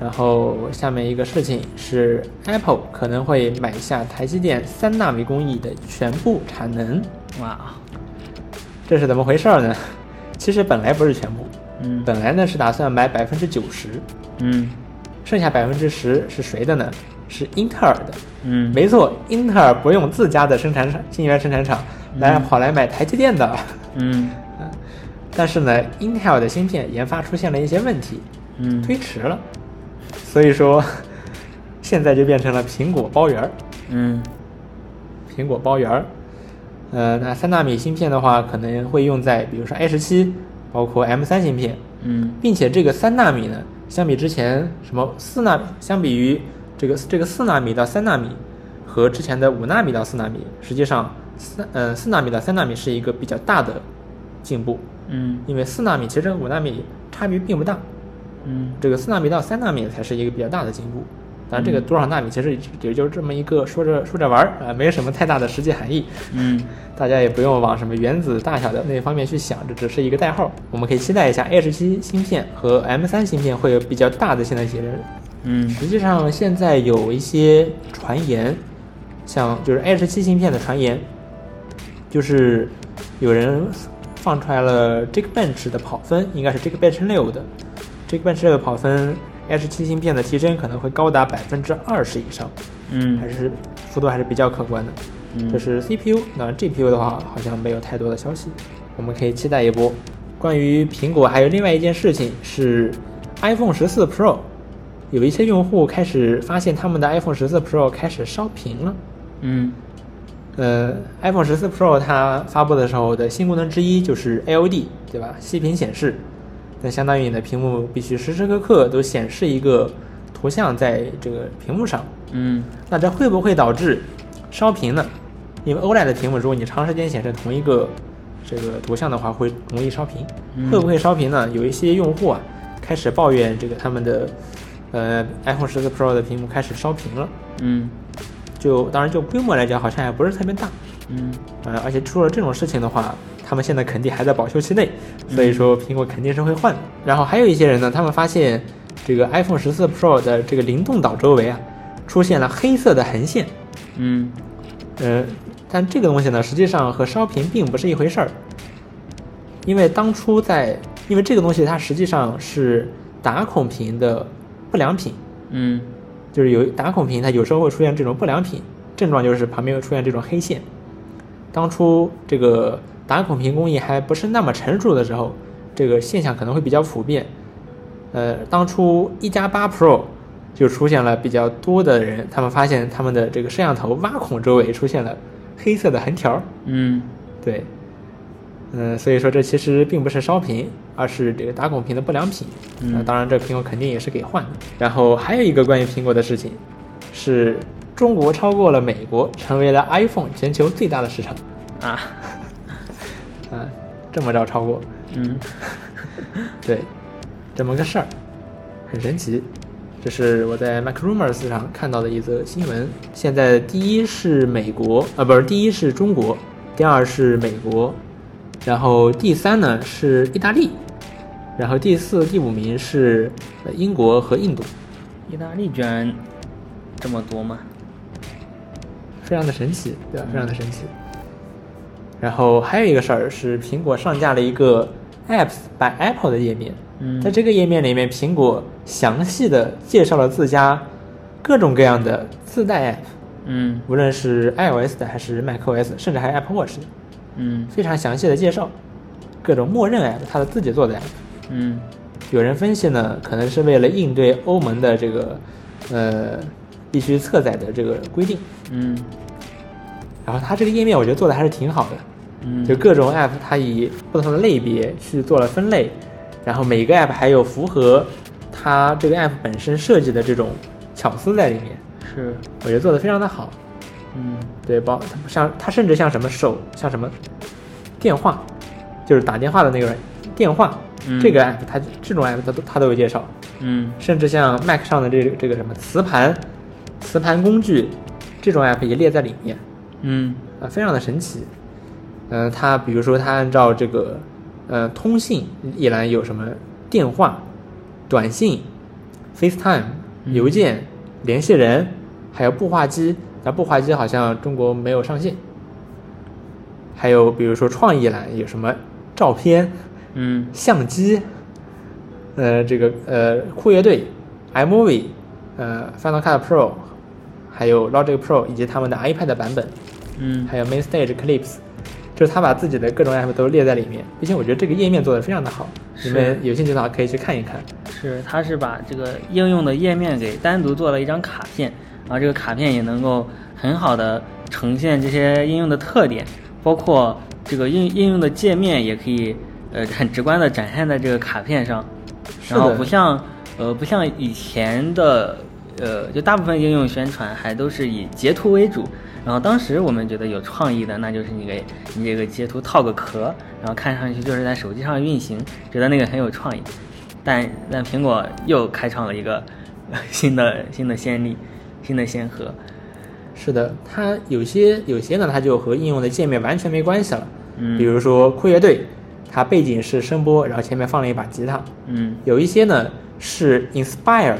Speaker 1: 然后下面一个事情是，Apple 可能会买下台积电三纳米工艺的全部产能，
Speaker 2: 嗯哇，
Speaker 1: 这是怎么回事儿呢？其实本来不是全部，
Speaker 2: 嗯
Speaker 1: 本来呢是打算买百分之九十，
Speaker 2: 嗯
Speaker 1: 剩下百分之十是谁的呢？是英特尔的。
Speaker 2: 嗯，
Speaker 1: 没错，英特尔不用自家的生产厂晶圆生产厂来跑来买台积电的。
Speaker 2: 嗯
Speaker 1: 嗯，但是呢，Intel 的芯片研发出现了一些问题，
Speaker 2: 嗯
Speaker 1: 推迟了，所以说现在就变成了苹果包圆儿，
Speaker 2: 嗯
Speaker 1: 苹果包圆儿。呃，那三纳米芯片的话，可能会用在比如说 i 十七，包括 M 三芯片，
Speaker 2: 嗯
Speaker 1: 并且这个三纳米呢，相比之前什么四纳，相比于这个这个四纳米到三纳米和之前的五纳米到四纳米，实际上三呃四纳米到三纳米是一个比较大的进步，
Speaker 2: 嗯
Speaker 1: 因为四纳米其实和五纳米差别并不大，
Speaker 2: 嗯
Speaker 1: 这个四纳米到三纳米才是一个比较大的进步。当然，这个多少纳米其实也就是这么一个说着说着玩儿啊、呃没什么太大的实际含义。
Speaker 2: 嗯
Speaker 1: 大家也不用往什么原子大小的那方面去想，这只是一个代号。我们可以期待一下 A 十七芯片和 M 三芯片会有比较大的现在节日。
Speaker 2: 嗯
Speaker 1: 实际上，现在有一些传言，像就是 A 十七芯片的传言，就是有人放出来了 Geekbench 的跑分，应该是 Geekbench 六的 Geekbench 六的跑分，A 十七芯片的提升可能会高达百分之二十以上。
Speaker 2: 嗯，
Speaker 1: 还是幅度还是比较可观的。
Speaker 2: 嗯
Speaker 1: 这是 CPU，那 GPU 的话好像没有太多的消息，我们可以期待一波。关于苹果还有另外一件事情是 iPhone 十四 Pro，有一些用户开始发现他们的 iPhone 十四 Pro 开始烧屏了。
Speaker 2: 嗯
Speaker 1: 呃，iPhone 十四 Pro 它发布的时候的新功能之一就是 AOD，对吧？息屏显示，那相当于你的屏幕必须时时刻刻都显示一个图像在这个屏幕上。
Speaker 2: 嗯
Speaker 1: 那这会不会导致烧屏呢？因为 OLED 的屏幕，如果你长时间显示同一个这个图像的话，会容易烧屏。
Speaker 2: 嗯
Speaker 1: 会不会烧屏呢？有一些用户啊，开始抱怨这个他们的呃 iPhone 十四 Pro 的屏幕开始烧屏了。
Speaker 2: 嗯
Speaker 1: 就当然就规模来讲，好像也不是特别大。
Speaker 2: 嗯
Speaker 1: 呃，而且出了这种事情的话，他们现在肯定还在保修期内，所以说苹果肯定是会换的。然后还有一些人呢，他们发现这个 iPhone 十四 Pro 的这个灵动岛周围啊，出现了黑色的横线。
Speaker 2: 嗯
Speaker 1: 呃，但这个东西呢，实际上和烧屏并不是一回事儿，因为当初在，因为这个东西它实际上是打孔屏的不良品，
Speaker 2: 嗯
Speaker 1: 就是有打孔屏它有时候会出现这种不良品，症状就是旁边会出现这种黑线。当初这个打孔屏工艺还不是那么成熟的时候，这个现象可能会比较普遍。呃，当初一加八 Pro 就出现了比较多的人，他们发现他们的这个摄像头挖孔周围出现了黑色的横条儿。
Speaker 2: 嗯
Speaker 1: 对，嗯、所以说这其实并不是烧屏，而是这个打孔屏的不良品。呃
Speaker 2: 嗯
Speaker 1: 那当然，这苹果肯定也是给换的。然后还有一个关于苹果的事情，是中国超过了美国，成为了 iPhone 全球最大的市场。
Speaker 2: 啊
Speaker 1: 啊、这么着超过，
Speaker 2: 嗯
Speaker 1: 对，这么个事儿，很神奇。这是我在 MacRumors 上看到的一则新闻。现在第一是美国，啊，不是，第一是中国，第二是美国，然后第三呢是意大利，然后第四、第五名是呃英国和印度，
Speaker 2: 意大利居然这么多吗？
Speaker 1: 非常的神奇，对吧？非常的神奇。然后还有一个事儿是，苹果上架了一个 Apps by Apple 的页面，
Speaker 2: 嗯
Speaker 1: 在这个页面里面，苹果详细的介绍了自家各种各样的自带 App，
Speaker 2: 嗯
Speaker 1: 无论是 iOS 的还是 macOS，甚至还有 Apple Watch 的，
Speaker 2: 嗯
Speaker 1: 非常详细的介绍各种默认 App，它的自己做的 App。
Speaker 2: 嗯
Speaker 1: 有人分析呢，可能是为了应对欧盟的这个呃必须侧载的这个规定。
Speaker 2: 嗯
Speaker 1: 然后它这个页面我觉得做的还是挺好的，
Speaker 2: 嗯，
Speaker 1: 就各种 app 它以不同的类别去做了分类，然后每个 app 还有符合它这个 app 本身设计的这种巧思在里面，
Speaker 2: 是
Speaker 1: 我觉得做的非常的好。
Speaker 2: 嗯
Speaker 1: 对，包它像它甚至像什么手像什么电话，就是打电话的那个电话，
Speaker 2: 嗯
Speaker 1: 这个 app 它这种 app 它都它都有介绍，
Speaker 2: 嗯
Speaker 1: 甚至像 Mac 上的这个这个什么磁盘磁盘工具这种 app 也列在里面。
Speaker 2: 嗯
Speaker 1: 啊，非常的神奇。嗯、它比如说它按照这个呃通信一栏有什么电话、短信、FaceTime、
Speaker 2: 嗯
Speaker 1: 邮件、联系人，还有步话机。那步话机好像中国没有上线。还有比如说创意栏有什么照片、
Speaker 2: 嗯
Speaker 1: 相机，呃，这个呃酷乐队、iMovie、呃 Final Cut Pro，还有 Logic Pro 以及他们的 iPad 版本。
Speaker 2: 嗯
Speaker 1: 还有 Main Stage Clips，就是他把自己的各种 app 都列在里面，并且我觉得这个页面做的非常的好，
Speaker 2: 是
Speaker 1: 你们有兴趣的话可以去看一看。
Speaker 2: 是，它是把这个应用的页面给单独做了一张卡片，然后这个卡片也能够很好的呈现这些应用的特点，包括这个应应用的界面也可以呃很直观的展现在这个卡片上，
Speaker 1: 是
Speaker 2: 然后
Speaker 1: 的
Speaker 2: 不像呃不像以前的呃就大部分应用宣传还都是以截图为主。然后当时我们觉得有创意的，那就是你给你这个截图套个壳，然后看上去就是在手机上运行，觉得那个很有创意。但但苹果又开创了一个 新的新的先例，嗯新的先河。
Speaker 1: 是的，它有些有些呢，它就和应用的界面完全没关系了。
Speaker 2: 嗯
Speaker 1: 比如说酷乐队，它背景是声波，然后前面放了一把吉他。
Speaker 2: 嗯
Speaker 1: 有一些呢是 inspired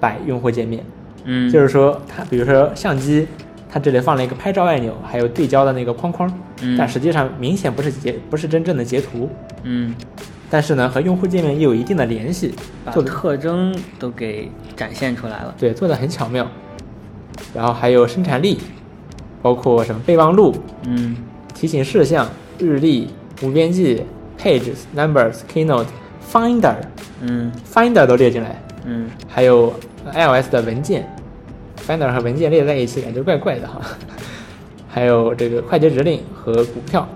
Speaker 1: by 用户界面，
Speaker 2: 嗯，
Speaker 1: 就是说它，比如说相机，它这里放了一个拍照按钮，还有对焦的那个框框，
Speaker 2: 嗯
Speaker 1: 但实际上明显不是截，不是真正的截图。
Speaker 2: 嗯，
Speaker 1: 但是呢，和用户界面也有一定的联系，
Speaker 2: 把
Speaker 1: 做的
Speaker 2: 特征都给展现出来了。
Speaker 1: 对做的很巧妙。然后还有生产力，包括什么备忘录、
Speaker 2: 嗯
Speaker 1: 提醒事项、日历、无边际、Pages、Numbers、Keynote、Finder、
Speaker 2: 嗯
Speaker 1: Finder 都列进来，
Speaker 2: 嗯，
Speaker 1: 还有呃 iOS 的文件，Finder 和文件列在一起感觉怪怪的哈。还有这个快捷指令和股票，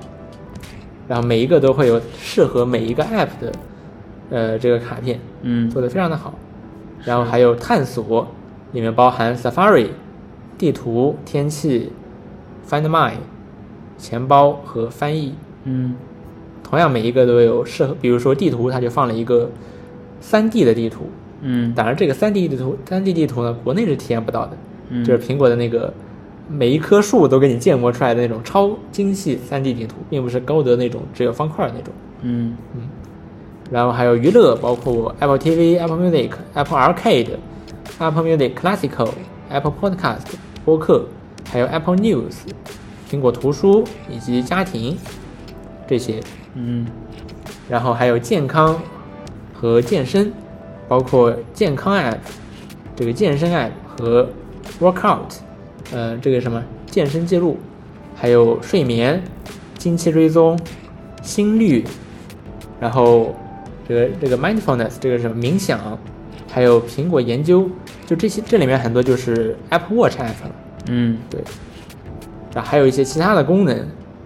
Speaker 1: 然后每一个都会有适合每一个 App 的呃这个卡片，
Speaker 2: 嗯
Speaker 1: 做的非常的好。然后还有探索，里面包含 Safari、地图、天气、Find My、钱包和翻译。
Speaker 2: 嗯
Speaker 1: 同样每一个都有适合，比如说地图，它就放了一个 3D 的地图。
Speaker 2: 嗯
Speaker 1: 当然，这个 3D 地图，3D 地图呢，国内是体验不到的，
Speaker 2: 嗯
Speaker 1: 就是苹果的那个每一棵树都给你建模出来的那种超精细 3D 地图，并不是高德那种只有方块儿那种。
Speaker 2: 嗯
Speaker 1: 嗯，然后还有娱乐，包括 Apple TV、Apple Music、Apple Arcade、Apple Music Classical、Apple Podcast 播客，还有 Apple News、苹果图书以及家庭这些。
Speaker 2: 嗯，
Speaker 1: 然后还有健康和健身，包括健康 app、这个健身 app 和 workout，呃，这个什么健身记录，还有睡眠、经期追踪、心率，然后这个这个 mindfulness 这个是什么冥想，还有苹果研究，就这些这里面很多就是 Apple Watch app 了。
Speaker 2: 嗯，
Speaker 1: 对，然后还有一些其他的功能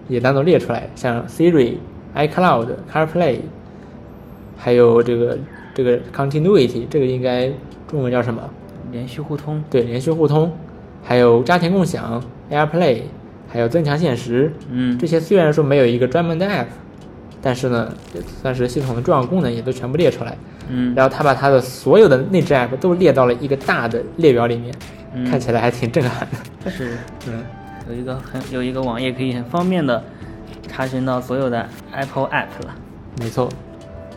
Speaker 1: 也单独列出来，像 Siri、iCloud、CarPlay，还有这个这个 Continuity，这个应该中文叫什么？
Speaker 2: 连续互通。
Speaker 1: 对，连续互通，还有家庭共享、AirPlay，还有增强现实，
Speaker 2: 嗯
Speaker 1: 这些虽然说没有一个专门的 app，但是呢，也算是系统的重要功能也都全部列出来。
Speaker 2: 嗯
Speaker 1: 然后他把他的所有的内置 app 都列到了一个大的列表里面，
Speaker 2: 嗯
Speaker 1: 看起来还挺震撼的。
Speaker 2: 确实
Speaker 1: 嗯。
Speaker 2: 有一个很有一个网页可以很方便的查询到所有的 Apple App 了。
Speaker 1: 没错，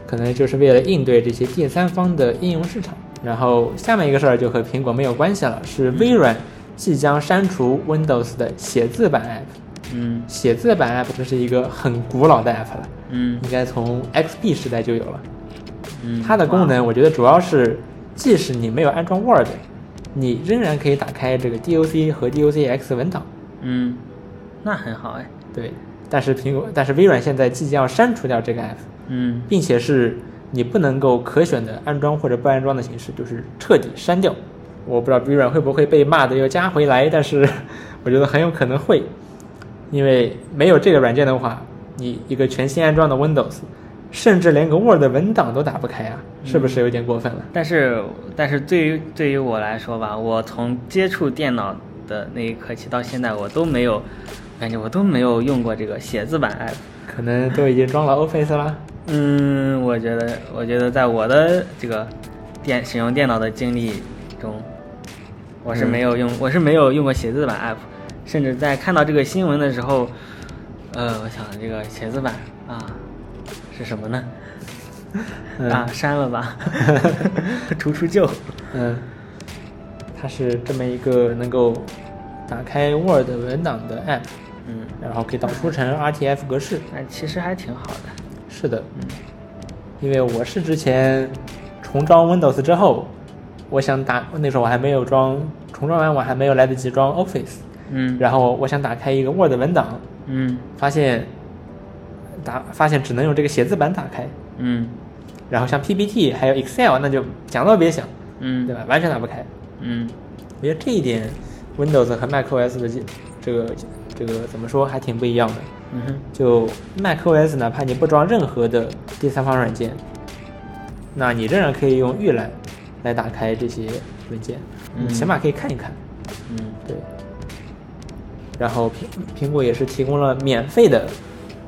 Speaker 1: 可能就是为了应对这些第三方的应用市场。然后下面一个事儿就和苹果没有关系了，是微软即将删除 Windows 的写字版 app。
Speaker 2: 嗯
Speaker 1: 写字版 app 这是一个很古老的 app 了，
Speaker 2: 嗯
Speaker 1: 应该从 XP 时代就有了。
Speaker 2: 嗯，
Speaker 1: 它的功
Speaker 2: 哇
Speaker 1: 能我觉得主要是，即使你没有安装 Word，你仍然可以打开这个 DOC 和 DOCX 文档。
Speaker 2: 嗯，那很好哎。
Speaker 1: 对，但是苹果，但是微软现在即将要删除掉这个 app。
Speaker 2: 嗯
Speaker 1: 并且是你不能够可选的安装或者不安装的形式，就是彻底删掉。我不知道微软会不会被骂的又加回来，但是我觉得很有可能会，因为没有这个软件的话，你一个全新安装的 Windows，甚至连个 Word 文档都打不开啊，是不是有点过分了？
Speaker 2: 但是，但是对于对于我来说吧，我从接触电脑的那一刻起到现在，我都没有感觉我都没有用过这个写字板 app。
Speaker 1: 可能都已经装了 Office 啦。
Speaker 2: 嗯，我觉得，我觉得在我的这个电使用电脑的经历中，我是
Speaker 1: 嗯
Speaker 2: 没有用，我是没有用过写字板 app，甚至在看到这个新闻的时候，呃，我想这个写字板啊是什么呢？
Speaker 1: 嗯
Speaker 2: 啊，删了 吧，除除旧。
Speaker 1: 嗯，它是这么一个能够打开 Word 文档的 App，
Speaker 2: 嗯，
Speaker 1: 然后可以导出成 RTF 格式。
Speaker 2: 那其实还挺好的。
Speaker 1: 是的，
Speaker 2: 嗯
Speaker 1: 因为我是之前重装 Windows 之后，我想打那时候我还没有装，重装完我还没有来得及装 Office，
Speaker 2: 嗯，
Speaker 1: 然后我想打开一个 Word 文档，
Speaker 2: 嗯
Speaker 1: 发现打发现只能用这个写字板打开，
Speaker 2: 嗯
Speaker 1: 然后像 PPT 还有 Excel 那就想都别想，
Speaker 2: 嗯，
Speaker 1: 对吧？完全打不开。
Speaker 2: 嗯
Speaker 1: 我觉得这一点 Windows 和 macOS 的这个这个怎么说还挺不一样的。
Speaker 2: 嗯哼，
Speaker 1: 就 macOS，哪怕你不装任何的第三方软件，那你仍然可以用预览来打开这些文件，
Speaker 2: 嗯
Speaker 1: 你起码可以看一看。
Speaker 2: 嗯
Speaker 1: 对。然后苹苹果也是提供了免费的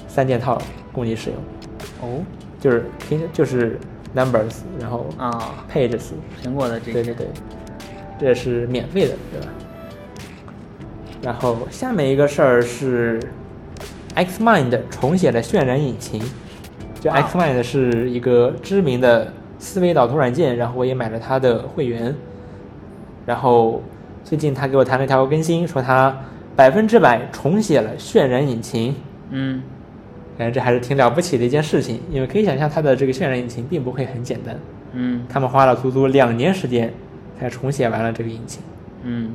Speaker 1: 三件套供你使用，
Speaker 2: 哦
Speaker 1: 就是 Kin- 就是 Numbers，然后
Speaker 2: 啊，
Speaker 1: Pages，
Speaker 2: 苹果的这
Speaker 1: 对
Speaker 2: 些，
Speaker 1: 对对，这是免费的，对吧？然后下面一个事儿是，Xmind 重写了渲染引擎。就
Speaker 2: 哇
Speaker 1: Xmind 是一个知名的思维导图软件，然后我也买了它的会员。然后最近他给我弹了一条更新，说他百分之百重写了渲染引擎，
Speaker 2: 嗯
Speaker 1: 感觉这还是挺了不起的一件事情，因为可以想象它的这个渲染引擎并不会很简单。
Speaker 2: 嗯
Speaker 1: 他们花了足足两年时间才重写完了这个引擎。
Speaker 2: 嗯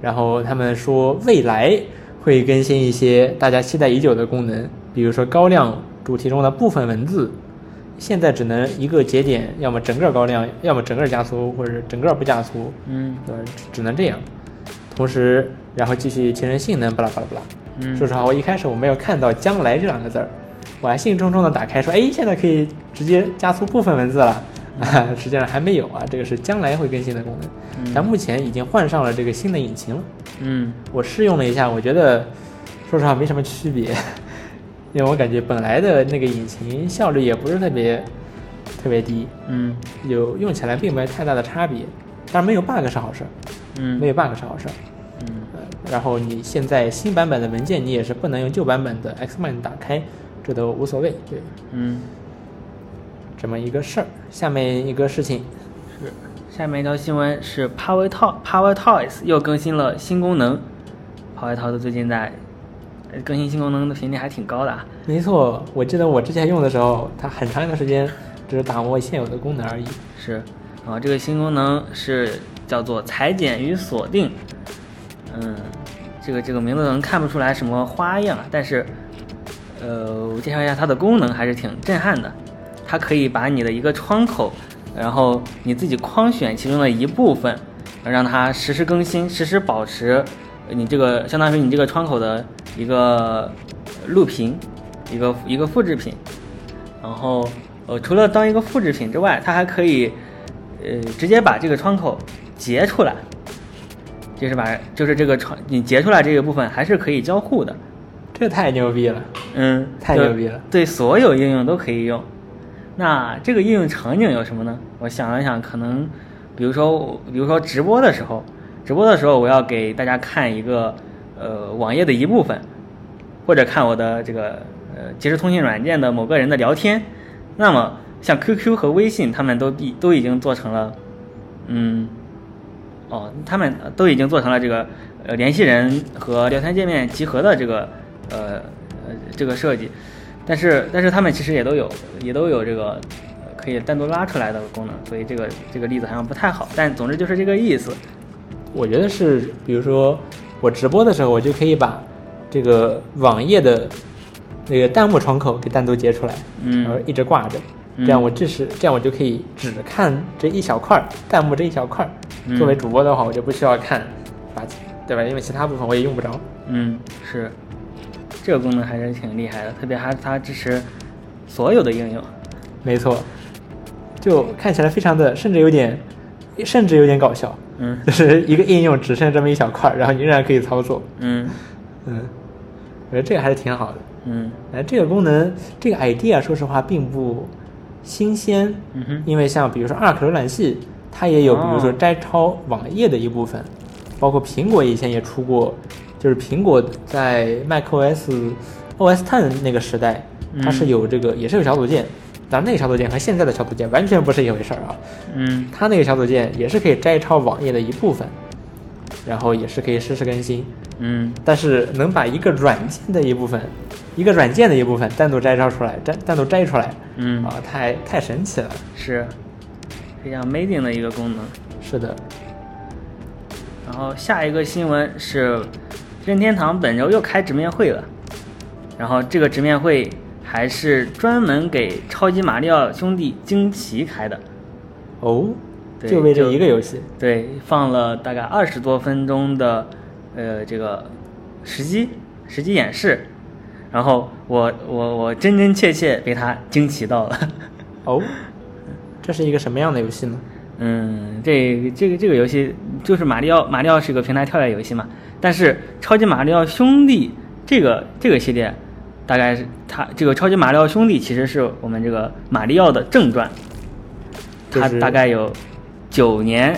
Speaker 1: 然后他们说未来会更新一些大家期待已久的功能，比如说高亮主题中的部分文字，现在只能一个节点，要么整个高亮，要么整个加粗，或者整个不加粗，
Speaker 2: 嗯
Speaker 1: 呃，只只能这样。同时，然后继续提升性能，巴拉巴拉巴拉。
Speaker 2: 嗯，
Speaker 1: 说实话，我一开始我没有看到“将来”这两个字儿，我还兴冲冲的打开说：“哎，现在可以直接加粗部分文字了。” 实际上还没有啊，这个是将来会更新的功能，但目前已经换上了这个新的引擎了。
Speaker 2: 嗯
Speaker 1: 我试用了一下，我觉得说实话没什么区别， 因为我感觉本来的那个引擎效率也不是特别特别低，
Speaker 2: 嗯
Speaker 1: 有用起来并没有太大的差别。当然没有 bug 是好事儿，
Speaker 2: 嗯
Speaker 1: 没有 bug 是好事儿。
Speaker 2: 嗯
Speaker 1: 呃然后你现在新版本的文件你也是不能用旧版本的 Xmind 打开，这都无所谓。对，
Speaker 2: 嗯
Speaker 1: 这这么一个事儿。下面一个事情，
Speaker 2: 是，下面一条新闻是 Power Toy Power Toys 又更新了新功能。Power Toys 最近在呃更新新功能的频率还挺高的啊。
Speaker 1: 没错，我记得我之前用的时候，它很长一段时间只是打磨现有的功能而已。
Speaker 2: 是，然后这个新功能是叫做裁剪与锁定。嗯，这个这个名字可能看不出来什么花样，啊，但是，呃，我介绍一下它的功能还是挺震撼的。它可以把你的一个窗口，然后你自己框选其中的一部分，让它实时更新，实时保持呃你这个相当于你这个窗口的一个录屏，一个一个复制品。然后呃，除了当一个复制品之外，它还可以呃直接把这个窗口截出来，就是把就是这个窗你截出来这个部分还是可以交互的，
Speaker 1: 这太牛逼了！
Speaker 2: 嗯，
Speaker 1: 太
Speaker 2: 就
Speaker 1: 牛逼了
Speaker 2: 对所有应用都可以用。那这个应用场景有什么呢？我想了想，可能比如说比如说直播的时候，直播的时候我要给大家看一个呃网页的一部分，或者看我的这个呃即时通信软件的某个人的聊天，那么像 QQ 和微信，他们都已都已经做成了，嗯，哦，他们都已经做成了这个呃联系人和聊天界面集合的这个呃呃这个设计，但是但是他们其实也都有也都有这个呃可以单独拉出来的功能，所以这个这个例子好像不太好，但总之就是这个意思。
Speaker 1: 我觉得是，比如说我直播的时候，我就可以把这个网页的那个弹幕窗口给单独截出来，
Speaker 2: 嗯
Speaker 1: 然后一直挂着，
Speaker 2: 嗯
Speaker 1: 这样我至是这样我就可以只看这一小块儿弹幕这一小块儿。
Speaker 2: 嗯
Speaker 1: 作为主播的话，我就不需要看，把对吧？因为其他部分我也用不着。
Speaker 2: 嗯，是，这个功能还是挺厉害的，特别还它支持所有的应用。
Speaker 1: 没错，就看起来非常的，甚至有点，甚至有点搞笑，
Speaker 2: 嗯
Speaker 1: 就是一个应用只剩这么一小块儿，然后你仍然可以操作。
Speaker 2: 嗯
Speaker 1: 嗯，我觉得这个还是挺好的。
Speaker 2: 嗯
Speaker 1: 哎，这个功能，这个 idea，说实话并不新鲜，
Speaker 2: 嗯哼，
Speaker 1: 因为像比如说 Arc 浏览器，它也有比如说
Speaker 2: 哦
Speaker 1: 摘抄网页的一部分，包括苹果以前也出过，就是苹果在 macOS OS 10那个时代，它是
Speaker 2: 嗯
Speaker 1: 有这个也是有小组件，但那个小组件和现在的小组件完全不是一回事儿啊。
Speaker 2: 嗯
Speaker 1: 它那个小组件也是可以摘抄网页的一部分，然后也是可以实时更新，
Speaker 2: 嗯
Speaker 1: 但是能把一个软件的一部分，一个软件的一部分单独摘抄出来，单单独摘出来，
Speaker 2: 嗯
Speaker 1: 啊，太太神奇了。
Speaker 2: 是非常 amazing 的一个功能。
Speaker 1: 是的，
Speaker 2: 然后下一个新闻是，任天堂本周又开直面会了，然后这个直面会还是专门给超级马里奥兄弟惊奇开的，
Speaker 1: 哦，
Speaker 2: 对
Speaker 1: 就为这
Speaker 2: 就
Speaker 1: 一个游戏，
Speaker 2: 对，放了大概二十多分钟的，呃，这个实机实机演示，然后我我我真真切切被他惊奇到了。
Speaker 1: 哦，这是一个什么样的游戏呢？
Speaker 2: 嗯，这个这个这个游戏就是马里奥，马里奥是个平台跳跃游戏嘛。但是超级马里奥兄弟这个这个系列，大概是它这个超级马里奥兄弟其实是我们这个马里奥的正传，它
Speaker 1: 就是
Speaker 2: 大概有九年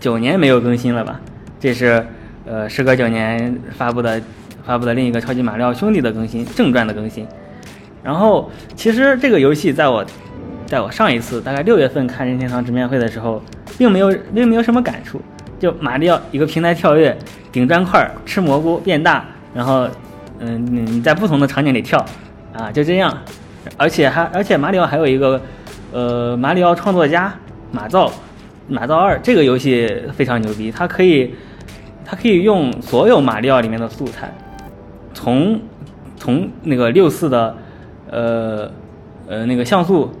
Speaker 2: 九年没有更新了吧？这是呃，时隔九年发布的发布的另一个超级马里奥兄弟的更新正传的更新。然后其实这个游戏在我在我上一次大概六月份看任天堂直面会的时候，并没有并没有什么感触。就马里奥一个平台跳跃，顶砖块儿，吃蘑菇变大，然后嗯你你在不同的场景里跳啊，就这样。而且还而且马里奥还有一个呃马里奥创作家马造马造二这个游戏非常牛逼，它可以它可以用所有马里奥里面的素材，从从那个六四的呃呃那个像素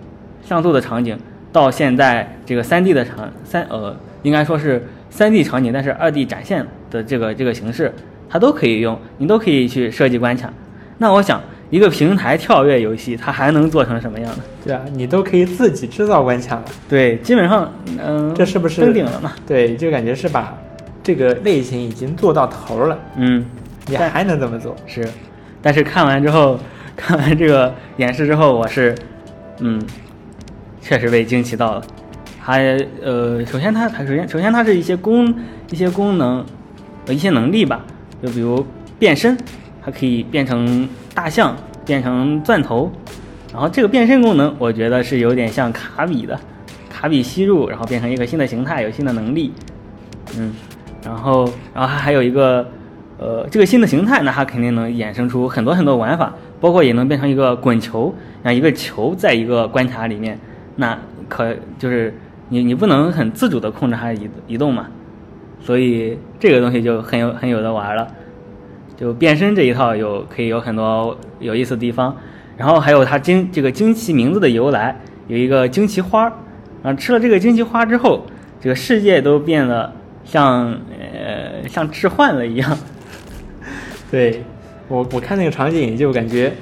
Speaker 2: 像素的场景，到现在这个三 D 的场三呃应该说是三 D 场景，但是二 D 展现的这个这个形式，它都可以用，你都可以去设计关卡。那我想，一个平台跳跃游戏，它还能做成什么样呢？
Speaker 1: 对啊，你都可以自己制造关卡了，
Speaker 2: 对，基本上，嗯、
Speaker 1: 这是不是
Speaker 2: 登顶了嘛？？
Speaker 1: 对，就感觉是把这个类型已经做到头了，
Speaker 2: 嗯，
Speaker 1: 你
Speaker 2: 但
Speaker 1: 还能怎么做？
Speaker 2: 是，但是看完之后，看完这个演示之后，我是，嗯，确实被惊奇到了。还呃，首先它它首先首先它是一些功一些功能，呃一些能力吧，就比如变身，它可以变成大象，变成钻头，然后这个变身功能，我觉得是有点像卡比的，卡比吸入，然后变成一个新的形态，有新的能力。嗯，然后然后它还有一个，呃，这个新的形态呢，它肯定能衍生出很多很多玩法，包括也能变成一个滚球，让一个球在一个关卡里面，那可就是你你不能很自主的控制它移移动嘛，所以这个东西就很有很有的玩了。就变身这一套有可以有很多有意思的地方，然后还有它惊这个惊奇名字的由来，有一个惊奇花儿，啊，吃了这个惊奇花之后，这个世界都变得像呃像置换了一样，
Speaker 1: 对我我看那个场景就感觉，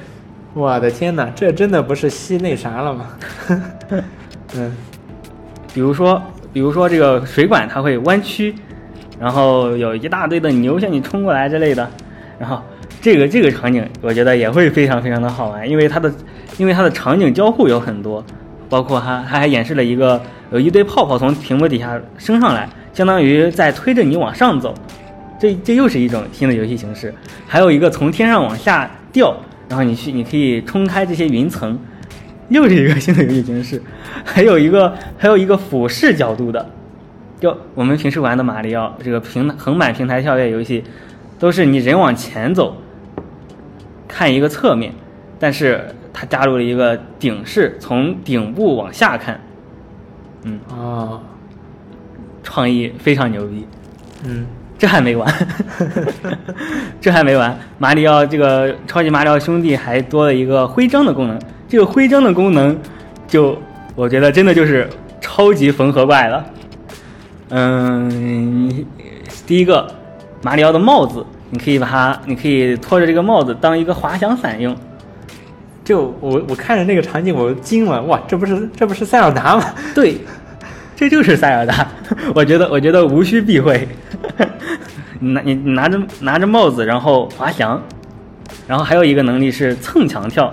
Speaker 1: 我的天哪，这真的不是吸那啥了吗？ 嗯，
Speaker 2: 比如说比如说这个水管它会弯曲，然后有一大堆的牛向你冲过来之类的，然后这个这个场景我觉得也会非常非常的好玩，因为它的因为它的场景交互有很多，包括它它还演示了一个有一堆泡泡从屏幕底下升上来，相当于在推着你往上走，这这又是一种新的游戏形式。还有一个从天上往下掉，然后你去你可以冲开这些云层， 又是一个新的游戏形式。还有一个还有一个俯视角度的，就我们平时玩的马里奥这个平横版平台跳跃游戏，都是你人往前走，看一个侧面，但是它加入了一个顶视，从顶部往下看，嗯，
Speaker 1: 哦，
Speaker 2: 创意非常牛逼。
Speaker 1: 嗯，
Speaker 2: 这还没完， 这还没完。马里奥这个超级马里奥兄弟还多了一个徽章的功能，这个徽章的功能就我觉得真的就是超级缝合怪了。嗯，第一个马里奥的帽子，你可以把它，你可以拖着这个帽子当一个滑翔伞用。
Speaker 1: 就我我看着那个场景我惊了，哇，这不是这不是塞尔达吗？
Speaker 2: 对，这就是塞尔达。我觉得，我觉得无需避讳。你拿你你拿着拿着帽子，然后滑翔，然后还有一个能力是蹭墙跳，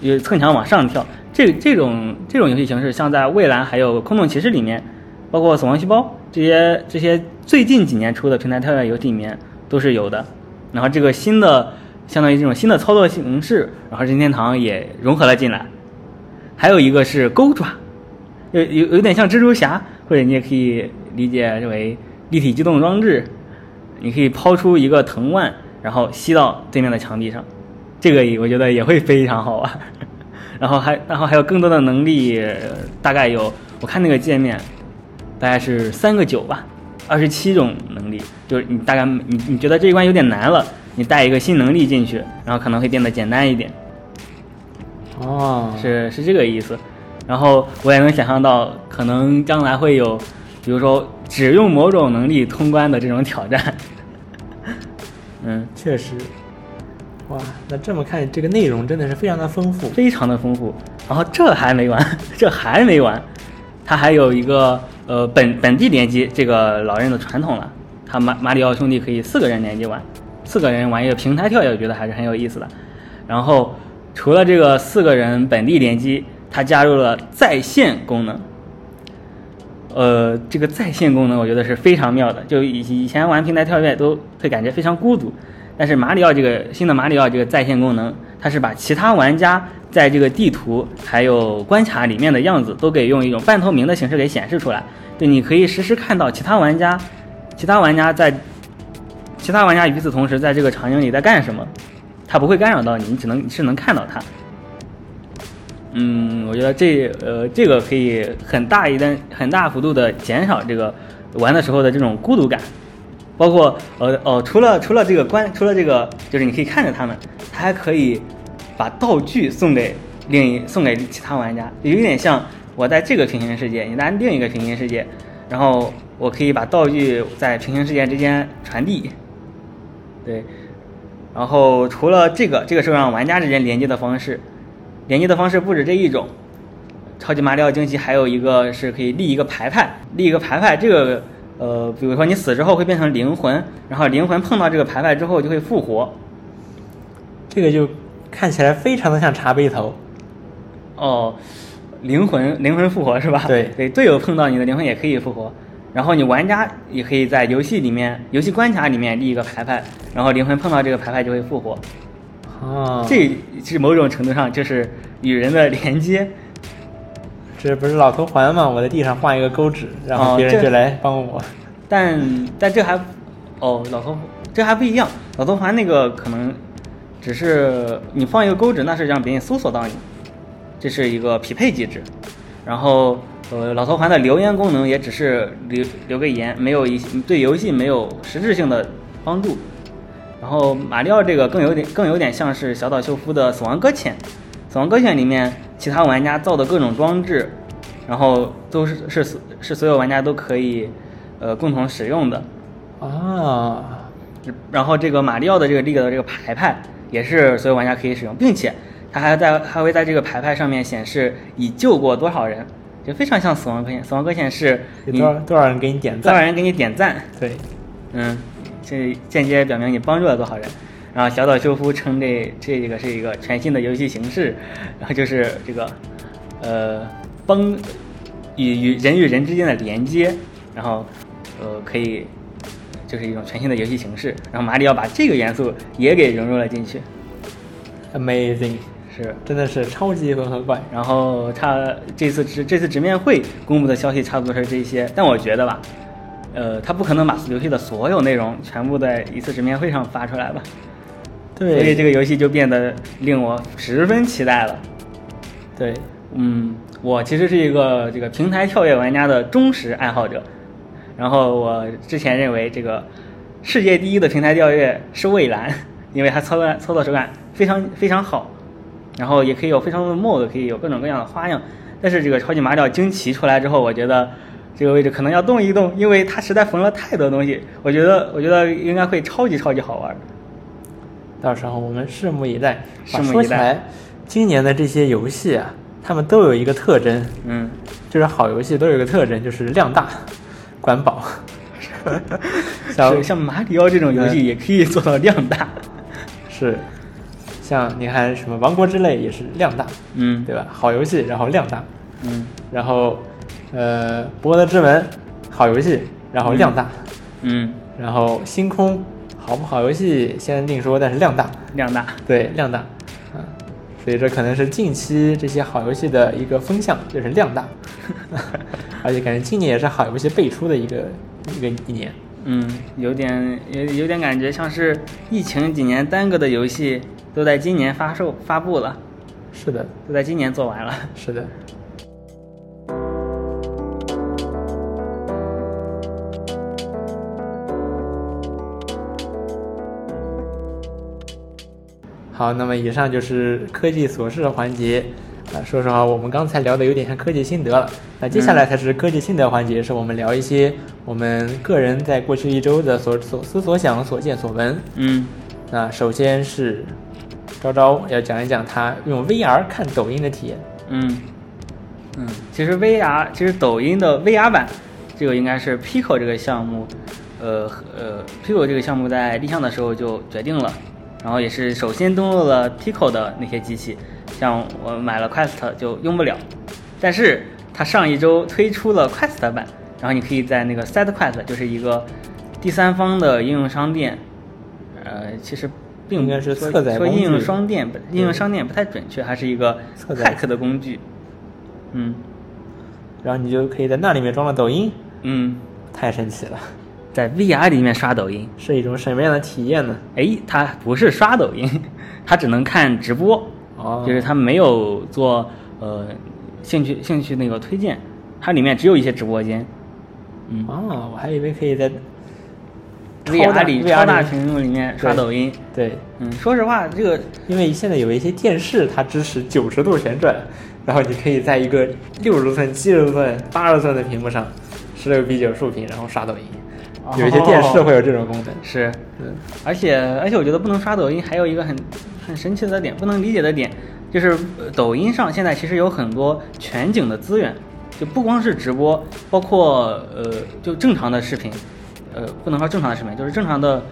Speaker 2: 有蹭墙往上跳。这这种这种游戏形式，像在《蔚蓝》还有《空洞骑士》里面，包括《死亡细胞》这些这些最近几年出的平台跳跃游戏里面都是有的。然后这个新的相当于这种新的操作形式，然后任天堂也融合了进来。还有一个是钩爪，有有有点像蜘蛛侠，或者你也可以理解为立体机动装置。你可以抛出一个藤蔓，然后吸到对面的墙壁上，这个也我觉得也会非常好玩。 然后还然后还有更多的能力，呃大概有我看那个界面，大概是三个九吧，二十七种能力。就是你大概你你觉得这一关有点难了，你带一个新能力进去，然后可能会变得简单一点。
Speaker 1: 哦，
Speaker 2: 是是这个意思。然后我也能想象到，可能将来会有，比如说只用某种能力通关的这种挑战。嗯，
Speaker 1: 确实，哇，那这么看，这个内容真的是非常的丰富。
Speaker 2: 非常的丰富。然后这还没完，这还没完，它还有一个呃本本地联机，这个老任的传统了。他马马里奥兄弟可以四个人联机玩，四个人玩一个平台跳跃，我觉得还是很有意思的。然后除了这个四个人本地联机，它加入了在线功能。呃，这个在线功能我觉得是非常妙的。就以以前玩平台跳跃都会感觉非常孤独，但是马里奥这个新的马里奥这个在线功能，它是把其他玩家在这个地图还有关卡里面的样子都给用一种半透明的形式给显示出来。就你可以实时看到其他玩家，其他玩家在其他玩家与此同时在这个场景里在干什么，它不会干扰到你，你只能你是能看到它。嗯，我觉得这呃，这个可以很大一段很大幅度的减少这个玩的时候的这种孤独感，包括呃哦，除了除了这个关，除了这个就是你可以看着他们，他还可以把道具送给另一送给其他玩家，有点像我在这个平行世界，你在另一个平行世界，然后我可以把道具在平行世界之间传递，对，然后除了这个，这个是让玩家之间连接的方式，连接的方式不止这一种。超级马里奥惊奇还有一个是可以立一个牌牌，立一个牌牌，这个呃，比如说你死之后会变成灵魂，然后灵魂碰到这个牌牌之后就会复活。
Speaker 1: 这个就看起来非常的像茶杯头。
Speaker 2: 哦，灵魂灵魂复活是吧？
Speaker 1: 对
Speaker 2: 对，队友碰到你的灵魂也可以复活，然后你玩家也可以在游戏里面游戏关卡里面立一个牌牌，然后灵魂碰到这个牌牌就会复活。
Speaker 1: 啊，
Speaker 2: 这是某种程度上就是与人的连接。
Speaker 1: 这不是老头环吗？我在地上画一个钩子，然后
Speaker 2: 哦
Speaker 1: 别人
Speaker 2: 这
Speaker 1: 就来帮我。
Speaker 2: 但但这还，哦，老头这还不一样，老头环那个可能只是你放一个钩子，那是让别人搜索到你，这是一个匹配机制。然后呃，老头环的留言功能也只是留留个言，没有一些对游戏没有实质性的帮助。然后马里奥这个更有点更有点像是小岛秀夫的《死亡搁浅》，《死亡搁浅》里面其他玩家造的各种装置，然后都是是是所有玩家都可以呃共同使用的。
Speaker 1: 啊，
Speaker 2: 然后这个马里奥的这个 League 的这个牌牌也是所有玩家可以使用，并且它还在还会在这个牌牌上面显示已救过多少人，就非常像死亡搁浅。死亡搁浅是
Speaker 1: 有
Speaker 2: 你
Speaker 1: 多少多少人给你点
Speaker 2: 多少
Speaker 1: 赞？
Speaker 2: 人给你点赞，
Speaker 1: 对，
Speaker 2: 嗯，这间接表明你帮助了多少人。然后小岛秀夫称这这个是一个全新的游戏形式，然后就是这个，呃，帮与与人与人之间的连接，然后呃可以就是一种全新的游戏形式。然后马里奥把这个元素也给融入了进去，
Speaker 1: Amazing，
Speaker 2: 是。
Speaker 1: 真的是超级混合怪。
Speaker 2: 然后他这次直这次直面会公布的消息差不多是这些，但我觉得吧，呃，他不可能把游戏的所有内容全部在一次直面会上发出来吧，所以
Speaker 1: 对
Speaker 2: 这个游戏就变得令我十分期待了。
Speaker 1: 对，
Speaker 2: 嗯，我其实是一个这个平台跳跃玩家的忠实爱好者，然后我之前认为这个世界第一的平台跳跃是蔚蓝， 因为它操作操作手感非常非常好，然后也可以有非常多的 mod，可以有各种各样的花样。但是这个超级马里奥惊奇出来之后，我觉得这个位置可能要动一动，因为它实在缝了太多东西，我觉得我觉得应该会超级超级好玩。
Speaker 1: 到时候我们拭目以待。啊
Speaker 2: 拭目以待
Speaker 1: 说起来，今年的这些游戏啊，他们都有一个特征，
Speaker 2: 嗯，
Speaker 1: 就是好游戏都有一个特征，就是量大，管 饱。像
Speaker 2: 是像马里奥这种游戏也可以做到量大，
Speaker 1: 是，像你看什么《王国之泪》也是量大，
Speaker 2: 嗯，
Speaker 1: 对吧？好游戏，然后量大，
Speaker 2: 嗯。
Speaker 1: 然后呃，《博德之门》好游戏，然后量大，
Speaker 2: 嗯，
Speaker 1: 然后《星空》好不好游戏先另说，但是量大，
Speaker 2: 量大。
Speaker 1: 对，量大，嗯，所以这可能是近期这些好游戏的一个风向，就是量大， 而且感觉今年也是好游戏辈出的一个一个一年，
Speaker 2: 嗯，有点有有点感觉像是疫情几年耽搁的游戏都在今年发售发布了，
Speaker 1: 是的，
Speaker 2: 都在今年做完了。
Speaker 1: 是的。好，那么以上就是科技琐事的环节。啊、说实话，我们刚才聊的有点像科技心得了。那接下来才是科技心得环节，是我们聊一些我们个人在过去一周的所所思所想、所见所闻。
Speaker 2: 嗯，
Speaker 1: 那首先是昭昭要讲一讲他用 VR 看抖音的体验。
Speaker 2: 嗯，嗯，其实 VR，其实抖音的 VR 版，这个应该是 Pico 这个项目，呃呃，Pico 这个项目在立项的时候就决定了，然后也是首先登录了 Pico 的那些机器，像我买了 Quest 就用不了，但是它上一周推出了 Quest 版，然后你可以在那个 Side Quest 就是一个第三方的应用商店，呃，其实。并
Speaker 1: 应该是
Speaker 2: 说
Speaker 1: 侧载
Speaker 2: 说
Speaker 1: 工
Speaker 2: 应用
Speaker 1: 具
Speaker 2: 商店不，应用商店不太准确，还是一个
Speaker 1: 侧载
Speaker 2: hack 的工具。嗯
Speaker 1: 然后你就可以在那里面装了抖音，
Speaker 2: 嗯，
Speaker 1: 太神奇了！
Speaker 2: 在 VR 里面刷抖音，
Speaker 1: 是一种什么样的体验呢？
Speaker 2: 哎，它不是刷抖音， 它只能看直播，
Speaker 1: 哦
Speaker 2: 就是它没有做呃兴趣兴趣那个推荐，它里面只有一些直播间。嗯
Speaker 1: 哦，我还以为可以在超大
Speaker 2: ，VR 里
Speaker 1: VR
Speaker 2: 超大
Speaker 1: 里
Speaker 2: 屏幕里面刷
Speaker 1: 对
Speaker 2: 抖音。
Speaker 1: 对，
Speaker 2: 嗯，说实话，这个
Speaker 1: 因为现在有一些电视它支持九十度旋转，然后你可以在一个六十寸、七十寸、八十寸的屏幕上，十六比九竖屏，然后刷抖音。
Speaker 2: 哦
Speaker 1: 有一些电视会有这种功能。
Speaker 2: 是
Speaker 1: 嗯，
Speaker 2: 而且而且我觉得不能刷抖音，还有一个很很神奇的点，不能理解的点，就是呃抖音上现在其实有很多全景的资源，就不光是直播，包括呃就正常的视频，呃不能说正常的视频，就是正常的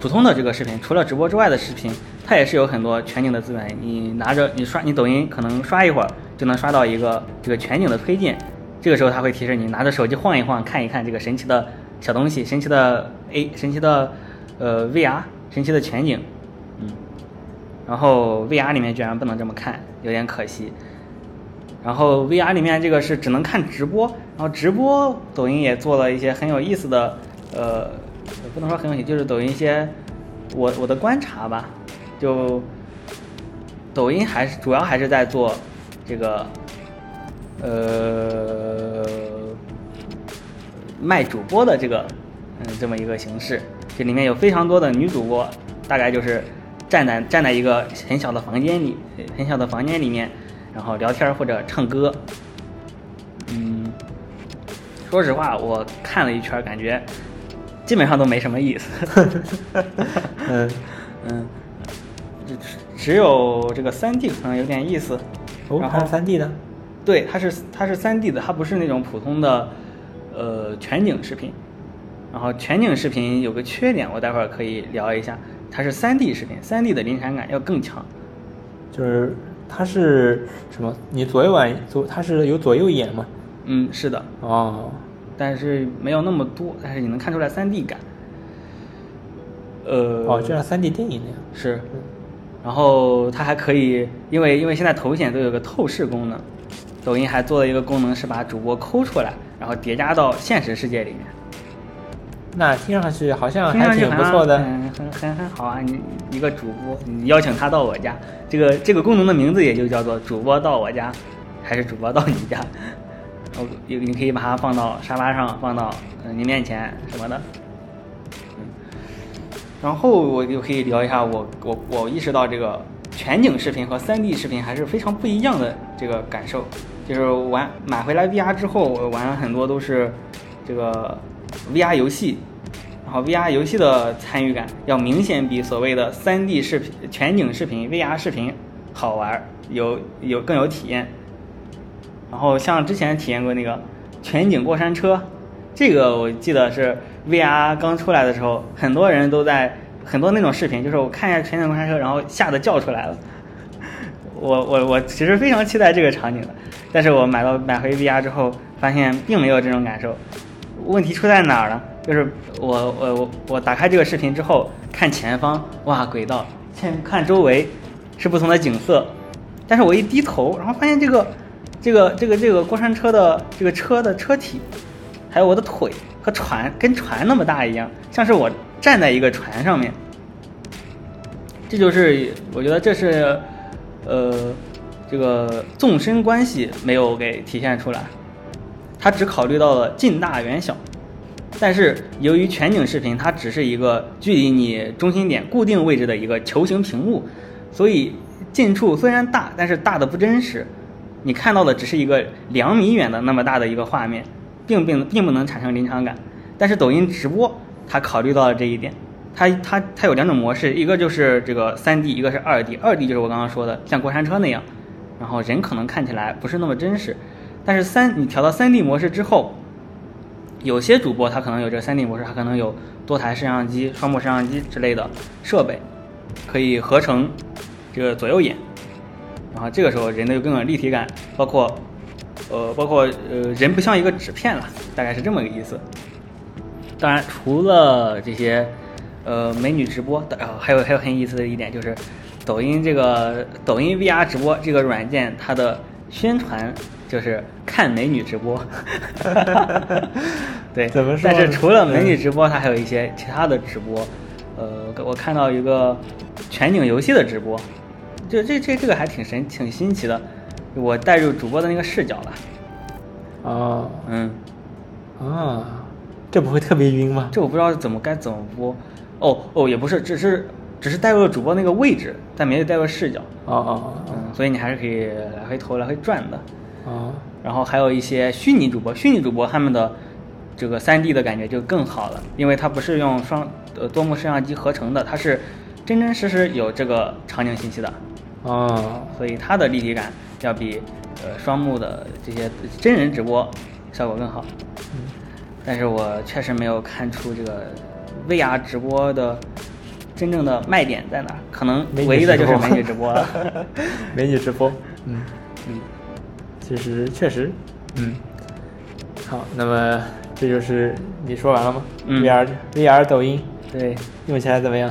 Speaker 2: 普通的这个视频，除了直播之外的视频，它也是有很多全景的资源。你拿着你刷你抖音，可能刷一会儿就能刷到一个这个全景的推荐，这个时候它会提示你拿着手机晃一晃，看一看这个神奇的小东西，神奇的 A，神奇的呃 VR，神奇的全景，嗯，然后 VR 里面居然不能这么看，有点可惜。然后 VR 里面这个是只能看直播，然后直播抖音也做了一些很有意思的，呃，也不能说很有意思，就是抖音一些我我的观察吧，就抖音还是主要还是在做这个，呃，卖主播的这个嗯这么一个形式，这里面有非常多的女主播，大概就是站在站在一个很小的房间里，很小的房间里面。然后聊天或者唱歌，嗯，说实话，我看了一圈，感觉基本上都没什么 意思。
Speaker 1: 嗯，
Speaker 2: 嗯，只只有这个三 D 可能有点意思。
Speaker 1: 哦，
Speaker 2: 然
Speaker 1: 还
Speaker 2: 后
Speaker 1: 有三 D 的，
Speaker 2: 对，它是它是三 D 的，它不是那种普通的呃全景视频。然后全景视频有个缺点，我待会儿可以聊一下，它是三 D 视频，三 D 的临场感要更强。
Speaker 1: 就是它是什么？你左右眼左，它是有左右眼嘛？
Speaker 2: 嗯，是的，
Speaker 1: 哦，
Speaker 2: 但是没有那么多，但是你能看出来三 D 感。呃，
Speaker 1: 哦，就像三 D 电影那样。
Speaker 2: 是，然后它还可以，因为因为现在头显都有个透视功能，抖音还做了一个功能是把主播抠出来，然后叠加到现实世界里面，
Speaker 1: 那听上去好像
Speaker 2: 听
Speaker 1: 还
Speaker 2: 上去
Speaker 1: 挺
Speaker 2: 好
Speaker 1: 不
Speaker 2: 像
Speaker 1: 错的。
Speaker 2: 很很很很好啊！你一个主播，你邀请他到我家，这个这个功能的名字也就叫做“主播到我家”，还是“主播到你家”。 我你你可以把它放到沙发上，放到呃你面前什么的。然后我就可以聊一下我我我意识到这个全景视频和 3D 视频还是非常不一样的这个感受，就是玩买回来 VR 之后，我玩很多都是这个 VR 游戏，然后 VR 游戏的参与感要明显比所谓的 3D 视频、全景视频、VR 视频好玩，有有更有体验。然后像之前体验过那个全景过山车，这个我记得是 VR 刚出来的时候，很多人都在很多那种视频，就是我看一下全景过山车，然后吓得叫出来了。 我我我其实非常期待这个场景的，但是我买到买回 VR 之后，发现并没有这种感受。问题出在哪儿呢？就是我我我我打开这个视频之后，看前方，哇，轨道，先看周围是不同的景色，但是我一低头，然后发现这个这个这个这个过山车的这个车的车体，还有我的腿和船跟船那么大一样，像是我站在一个船上面。这就是我觉得这是，呃，这个纵深关系没有给体现出来，它只考虑到了近大远小，但是由于全景视频它只是一个距离你中心点固定位置的一个球形屏幕，所以近处虽然大，但是大的不真实，你看到的只是一个两米远的那么大的一个画面，并并并不能产生临场感。但是抖音直播它考虑到了这一点，它它它有两种模式，一个就是这个三 D，一个是二 D。二 D 就是我刚刚说的像过山车那样，然后人可能看起来不是那么真实，但是三你调到三 D 模式之后，有些主播他可能有这个三 D 模式，他可能有多台摄像机、双目摄像机之类的设备，可以合成这个左右眼，然后这个时候人的就更有立体感，包括呃包括呃人不像一个纸片了，大概是这么个意思。当然，除了这些，呃，美女直播，呃，还有还有很有意思的一点就是，抖音这个抖音 VR 直播这个软件，它的宣传就是看美女直播， 对，
Speaker 1: 怎么说
Speaker 2: 但是
Speaker 1: 呢
Speaker 2: 除了美
Speaker 1: 嗯
Speaker 2: 女直播，它还有一些其他的直播，呃，我我看到一个全景游戏的直播，这这这这个还挺神挺新奇的，我带入主播的那个视角了，
Speaker 1: 哦
Speaker 2: 嗯。
Speaker 1: 啊，这不会特别晕吗？
Speaker 2: 这我不知道怎么该怎么播。哦哦，也不是，只是只是带入了主播那个位置，但没有带入视角。
Speaker 1: 哦哦哦
Speaker 2: 嗯，所以你还是可以来回投、来回转的。
Speaker 1: 哦，
Speaker 2: 然后还有一些虚拟主播，虚拟主播他们的这个 3D 的感觉就更好了，因为它不是用双呃多目摄像机合成的，它是真真实实有这个场景信息的，
Speaker 1: 哦，
Speaker 2: 所以它的立体感要比呃双目的这些真人直播效果更好。
Speaker 1: 嗯
Speaker 2: 但是我确实没有看出这个 VR 直播的真正的卖点在哪儿，可能
Speaker 1: 美女
Speaker 2: 唯一的
Speaker 1: 直
Speaker 2: 就是
Speaker 1: 播
Speaker 2: 美女直播了。
Speaker 1: 美女直播， 嗯，
Speaker 2: 嗯，
Speaker 1: 其实确实，嗯，好，那么这就是你说完了吗、
Speaker 2: 嗯
Speaker 1: v r VR 抖音
Speaker 2: 对，
Speaker 1: 用起来怎么样？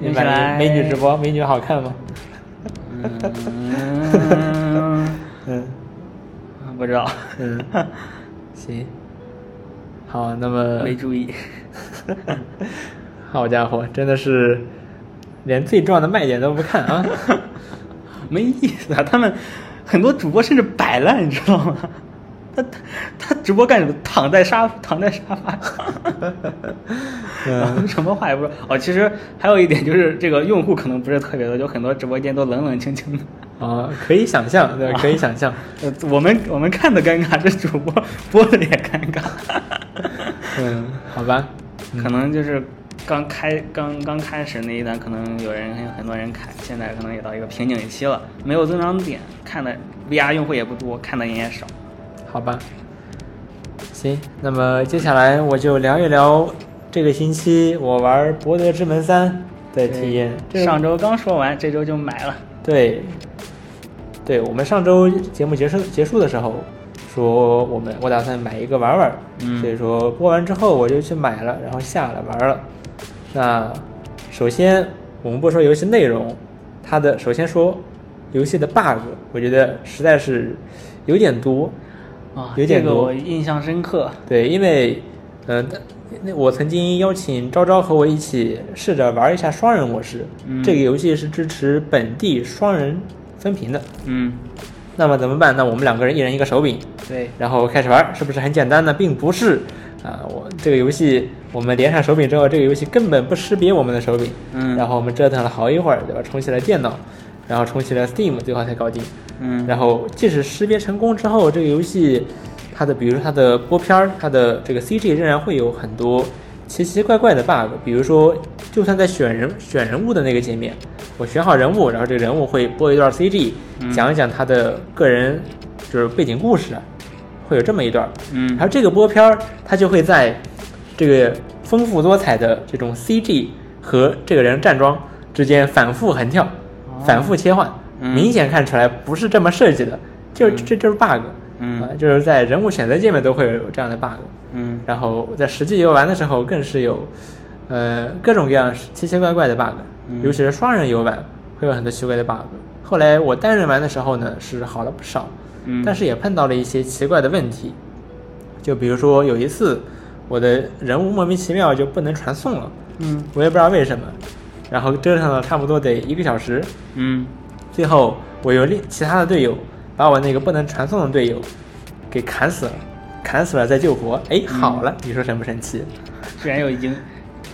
Speaker 1: 你
Speaker 2: 用起
Speaker 1: 满意
Speaker 2: 来
Speaker 1: 美女直播，美女好看吗？
Speaker 2: 嗯，
Speaker 1: 嗯
Speaker 2: 不知道，
Speaker 1: 嗯，行，好，那么
Speaker 2: 没注意。
Speaker 1: 好家伙，真的是连最重要的卖点都不看啊！
Speaker 2: 没意思啊！他们很多主播甚至摆烂，你知道吗？他他他直播干什么？躺在沙躺在沙发，然后 什么话也不说。哦，其实还有一点就是，这个用户可能不是特别多，就很多直播间都冷冷清清的。
Speaker 1: 啊，可以想象，对，可以想 象。
Speaker 2: 呃，我们我们看的尴尬，这主播 播的也尴尬。
Speaker 1: 嗯，好吧，
Speaker 2: 可能就是刚开刚刚开始那一段，可能有人有很多人看，现在可能也到一个瓶颈期了，没有增长点，看的 VR 用户也不多，看的人也少。
Speaker 1: 好吧。行，那么接下来我就聊一聊这个星期我玩《博德之门三》的体验。这个
Speaker 2: 上周刚说完，这周就买了。
Speaker 1: 对，对我们上周节目结束结束的时候说，我们我打算买一个玩玩，
Speaker 2: 嗯
Speaker 1: 所以说播完之后我就去买了，然后下了玩了。那首先我们不说游戏内容，它的首先说游戏的 bug，我觉得实在是有点多。
Speaker 2: 啊，
Speaker 1: 有点
Speaker 2: 这个
Speaker 1: 多
Speaker 2: 我印象深刻。
Speaker 1: 对，因为，嗯、那我曾经邀请昭昭和我一起试着玩一下双人模式。
Speaker 2: 嗯
Speaker 1: 这个游戏是支持本地双人分屏的。
Speaker 2: 嗯，
Speaker 1: 那么怎么办？那我们两个人一人一个手柄，
Speaker 2: 对，
Speaker 1: 然后开始玩，是不是很简单呢？并不是，啊、我这个游戏我们连上手柄之后，这个游戏根本不识别我们的手柄，
Speaker 2: 嗯
Speaker 1: 然后我们折腾了好一会儿，对吧？重启了电脑，然后重启了 Steam，最后才搞定。
Speaker 2: 嗯，
Speaker 1: 然后即使识别成功之后，这个游戏它的，比如说它的播片儿，它的这个 CG 仍然会有很多奇奇怪怪的 bug，比如说，就算在选人选人物的那个界面，我选好人物，然后这个人物会播一段 CG，、
Speaker 2: 嗯
Speaker 1: 讲一讲他的个人就是背景故事，会有这么一段儿。
Speaker 2: 嗯
Speaker 1: 然后这个播片儿，它就会在这个丰富多彩的这种 CG 和这个人站桩之间反复横跳、反复切换，
Speaker 2: 哦嗯
Speaker 1: 明显看出来不是这么设计的，就这就是 bug，
Speaker 2: 嗯
Speaker 1: 啊就是在人物选择界面都会有这样的 bug，
Speaker 2: 嗯
Speaker 1: 然后在实际游玩的时候更是有，呃，各种各样奇奇怪怪的 bug，、
Speaker 2: 嗯
Speaker 1: 尤其是双人游玩会有很多奇怪的 bug。后来我单人玩的时候呢，是好了不少，
Speaker 2: 嗯
Speaker 1: 但是也碰到了一些奇怪的问题，就比如说有一次我的人物莫名其妙就不能传送了，
Speaker 2: 嗯
Speaker 1: 我也不知道为什么，然后折腾了差不多得一个小时，
Speaker 2: 嗯
Speaker 1: 最后我有另其他的队友把我那个不能传送的队友给砍死了，砍死了再救活。哎，
Speaker 2: 嗯
Speaker 1: 好了，你说神不神奇？
Speaker 2: 居然有已经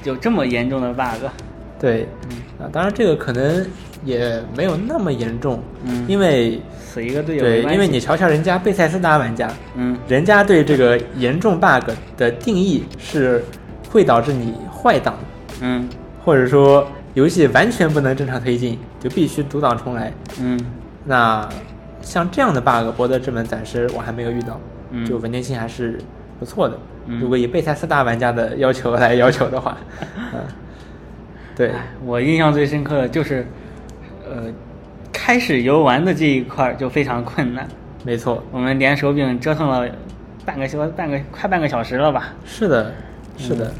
Speaker 2: 有这么严重的 bug。
Speaker 1: 对，
Speaker 2: 嗯
Speaker 1: 啊，当然这个可能也没有那么严重，
Speaker 2: 嗯
Speaker 1: 因为
Speaker 2: 死一个队友
Speaker 1: 对
Speaker 2: 没，关
Speaker 1: 因为
Speaker 2: 系
Speaker 1: 你瞧瞧人家贝塞斯达玩家，
Speaker 2: 嗯
Speaker 1: 人家对这个严重 bug 的定义是会导致你坏档，
Speaker 2: 嗯
Speaker 1: 或者说游戏完全不能正常推进，就必须读档重来。
Speaker 2: 嗯
Speaker 1: 那像这样的 bug，博德之门暂时我还没有遇到，
Speaker 2: 嗯
Speaker 1: 就稳定性还是不错的。
Speaker 2: 嗯
Speaker 1: 如果以贝塞斯达玩家的要求来要求的 话，嗯，对，
Speaker 2: 哎我印象最深刻的就是，呃，开始游玩的这一块儿就非常困难。
Speaker 1: 没错，
Speaker 2: 我们连手柄折腾了半个小半个快半个小时了吧，
Speaker 1: 是的，是
Speaker 2: 嗯
Speaker 1: 的。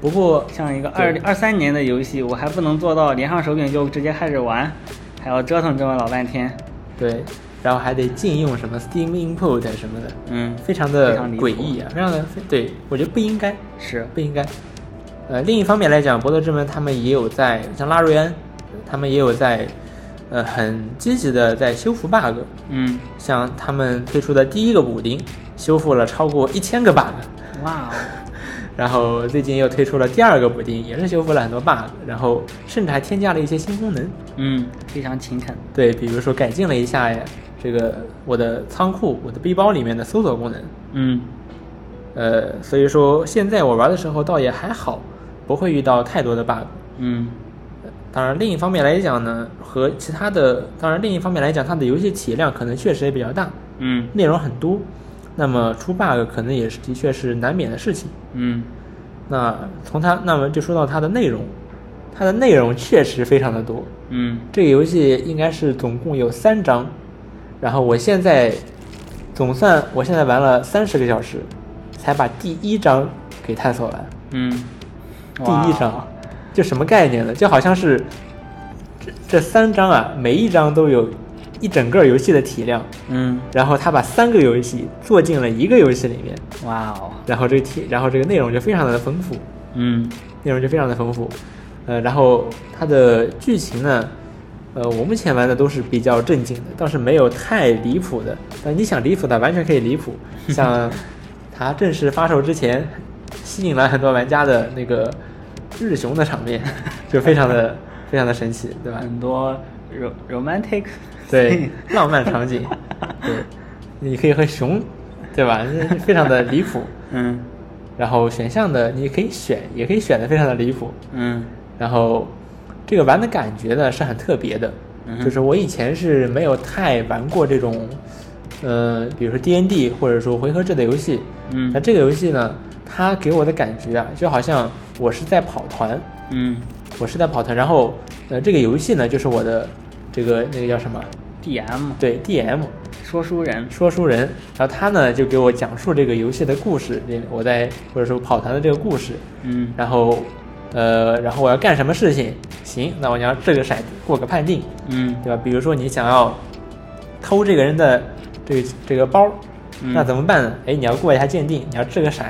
Speaker 1: 不过，
Speaker 2: 像一个二
Speaker 1: 对
Speaker 2: 二三年的游戏，我还不能做到连上手柄就直接开始玩，还要折腾这么老半天。
Speaker 1: 对，然后还得禁用什么 Steam Input 什么的，
Speaker 2: 嗯，
Speaker 1: 非常的
Speaker 2: 非常离谱
Speaker 1: 诡异啊，非常的对，我觉得不应该，
Speaker 2: 是，
Speaker 1: 不应该。呃，另一方面来讲，博德之门他们也有在，像拉瑞安，他们也有在，呃，很积极的在修复 bug。
Speaker 2: 嗯，
Speaker 1: 像他们推出的第一个补丁，修复了超过一千个 bug，
Speaker 2: 哇哦，
Speaker 1: 然后最近又推出了第二个补丁，也是修复了很多 bug，然后甚至还添加了一些新功能。
Speaker 2: 嗯，非常勤恳。
Speaker 1: 对，比如说改进了一下这个我的仓库、我的背包里面的搜索功能。
Speaker 2: 嗯
Speaker 1: 呃，所以说现在我玩的时候倒也还好，不会遇到太多的 bug。
Speaker 2: 嗯
Speaker 1: 当然，另一方面来讲呢，和其他的，当然另一方面来讲，它的游戏体量可能确实也比较大，
Speaker 2: 嗯
Speaker 1: 内容很多，那么出 bug 可能也是的确是难免的事情。
Speaker 2: 嗯
Speaker 1: 那从它，那么就说到它的内容，它的内容确实非常的多。
Speaker 2: 嗯
Speaker 1: 这个游戏应该是总共有三章，然后我现在总算我现在玩了三十个小时，才把第一章给探索完。
Speaker 2: 嗯，
Speaker 1: 第一
Speaker 2: 哇哦
Speaker 1: 章，就什么概念呢？就好像是这这三张啊，每一张都有一整个游戏的体量，
Speaker 2: 嗯，
Speaker 1: 然后他把三个游戏做进了一个游戏里面，
Speaker 2: 哇哦，
Speaker 1: 然后这个体，然后这个内容就非常的丰富，
Speaker 2: 嗯
Speaker 1: 内容就非常的丰富，呃，然后它的剧情呢，呃，我目前玩的都是比较正经的，倒是没有太离谱的。但你想离谱的，完全可以离谱。像它正式发售之前，吸引了很多玩家的那个日熊的场面，就非常的非常的神奇，对吧？
Speaker 2: 很多 ro romantic，
Speaker 1: 对，浪漫场景，对，你可以和熊，对吧？非常的离谱。
Speaker 2: 嗯
Speaker 1: 然后选项的你可以选，也可以选的非常的离谱。
Speaker 2: 嗯
Speaker 1: 然后这个玩的感觉呢是很特别的，
Speaker 2: 嗯哼
Speaker 1: 就是我以前是没有太玩过这种，呃，比如说 D N D 或者说回合制的游戏。
Speaker 2: 嗯
Speaker 1: 那这个游戏呢，它给我的感觉啊，就好像我是在跑团，
Speaker 2: 嗯
Speaker 1: 我是在跑团，然后呃，这个游戏呢就是我的这个那个叫什么？
Speaker 2: ，DM
Speaker 1: 对，D M
Speaker 2: 说书人，
Speaker 1: 说书人，然后他呢就给我讲述这个游戏的故事，我在或者说跑团的这个故事，
Speaker 2: 嗯
Speaker 1: 然后，呃，然后我要干什么事情？行，那我要掷个骰子，过个判定，
Speaker 2: 嗯
Speaker 1: 对吧？比如说你想要偷这个人的这个这个包，
Speaker 2: 嗯
Speaker 1: 那怎么办呢？哎，你要过一下鉴定，你要掷个骰，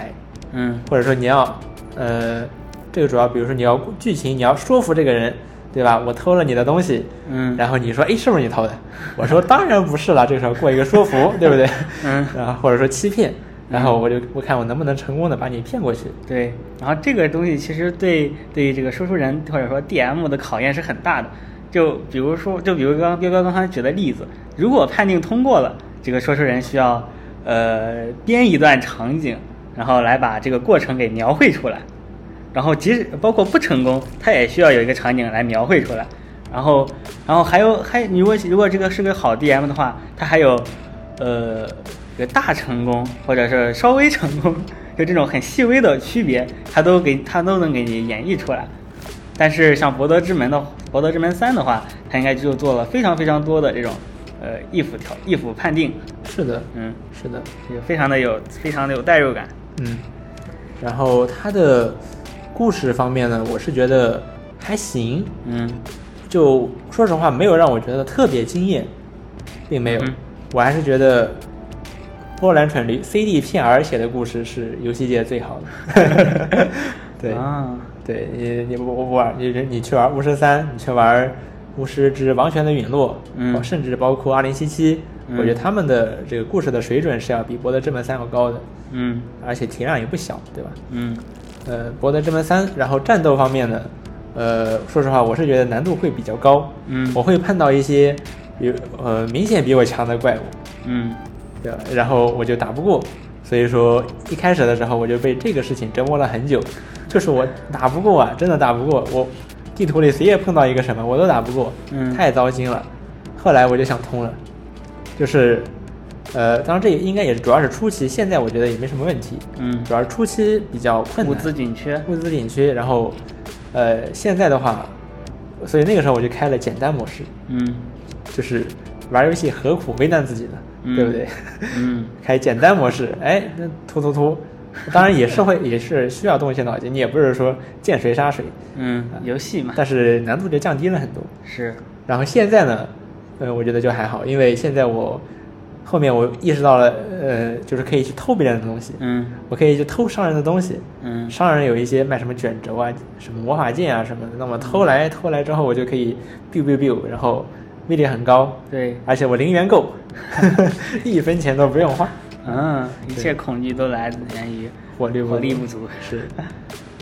Speaker 2: 嗯
Speaker 1: 或者说你要，呃，这个主要比如说你要剧情，你要说服这个人，对吧？我偷了你的东西，
Speaker 2: 嗯，
Speaker 1: 然后你说，哎，是不是你偷的？ 我说当然不是了，这个时候过一个说 服，对不对？
Speaker 2: 嗯
Speaker 1: 然后或者说欺骗，然后我就我看我能不能成功的把你骗过去。
Speaker 2: 对，然后这个东西其实对对于这个说书人或者说 DM 的考验是很大的。就比如说，就比如刚彪哥刚才举的例子，如果判定通过了，这个说书人需要呃编一段场景，然后来把这个过程给描绘出来。然后即使包括不成功，他也需要有一个场景来描绘出来。然后，然后还有还你如果如果这个是个好 DM 的话，他还有呃这个大成功或者是稍微成功，就这种很细微的区别，他都给他都能给你演绎出来。但是像博德之门的《博德之门三》的话，他应该就做了非常非常多的这种呃 if 条 if 判定，
Speaker 1: 是的，
Speaker 2: 嗯，
Speaker 1: 是的。
Speaker 2: 就非常的有非常的有代入感，
Speaker 1: 嗯，然后它的故事方面呢，我是觉得还行，
Speaker 2: 嗯
Speaker 1: 就说实话，没有让我觉得特别惊艳，并没有，
Speaker 2: 嗯
Speaker 1: 我还是觉得。波兰蠢驴 CD 片儿写的故事是游戏界最好的，对，
Speaker 2: 啊，
Speaker 1: 对你你我我玩你你去玩巫师三，你去玩巫师之王权的陨落，
Speaker 2: 嗯
Speaker 1: 哦甚至包括二零七七，
Speaker 2: 嗯
Speaker 1: 我觉得他们的这个故事的水准是要比博德之门三要高的，
Speaker 2: 嗯
Speaker 1: 而且体量也不小，对吧？
Speaker 2: 嗯
Speaker 1: 呃，《博德之门三》，然后战斗方面呢，呃，说实话，我是觉得难度会比较高。
Speaker 2: 嗯
Speaker 1: 我会碰到一些，比如呃明显比我强的怪物，
Speaker 2: 嗯
Speaker 1: 对吧？然后我就打不过，所以说一开始的时候我就被这个事情折磨了很久，就是我打不过啊，真的打不过，我地图里谁也碰到一个什么我都打不过，
Speaker 2: 嗯
Speaker 1: 太糟心了。后来我就想通了，就是，呃，当然这也应该也是主要是初期，现在我觉得也没什么问题，
Speaker 2: 嗯
Speaker 1: 主要是初期比较困
Speaker 2: 物
Speaker 1: 难，
Speaker 2: 资紧缺，
Speaker 1: 物资紧缺，然后，呃，现在的话，所以那个时候我就开了简单模式，
Speaker 2: 嗯
Speaker 1: 就是玩游戏何苦为难自己呢？
Speaker 2: 嗯
Speaker 1: 对不 对？
Speaker 2: 嗯
Speaker 1: 开简单模式，哎，那突突突，当然也是会也是需要动一些脑筋，你也不是说见谁杀谁，
Speaker 2: 嗯，游戏嘛，
Speaker 1: 但是难度就降低了很多。
Speaker 2: 是，
Speaker 1: 然后现在呢，呃，我觉得就还好，因为现在我后面我意识到了，呃，就是可以去偷别人的东西，
Speaker 2: 嗯
Speaker 1: 我可以去偷商人的东西，
Speaker 2: 嗯
Speaker 1: 商人有一些卖什么卷轴啊、什么魔法剑啊什么的，那么偷来偷来之后，我就可以 biu biu biu，然后威力很高，
Speaker 2: 对，
Speaker 1: 而且我零元购， 一分钱都不用花，
Speaker 2: 嗯，一切恐惧都来源于
Speaker 1: 火力
Speaker 2: 火力
Speaker 1: 力
Speaker 2: 不足，
Speaker 1: 是。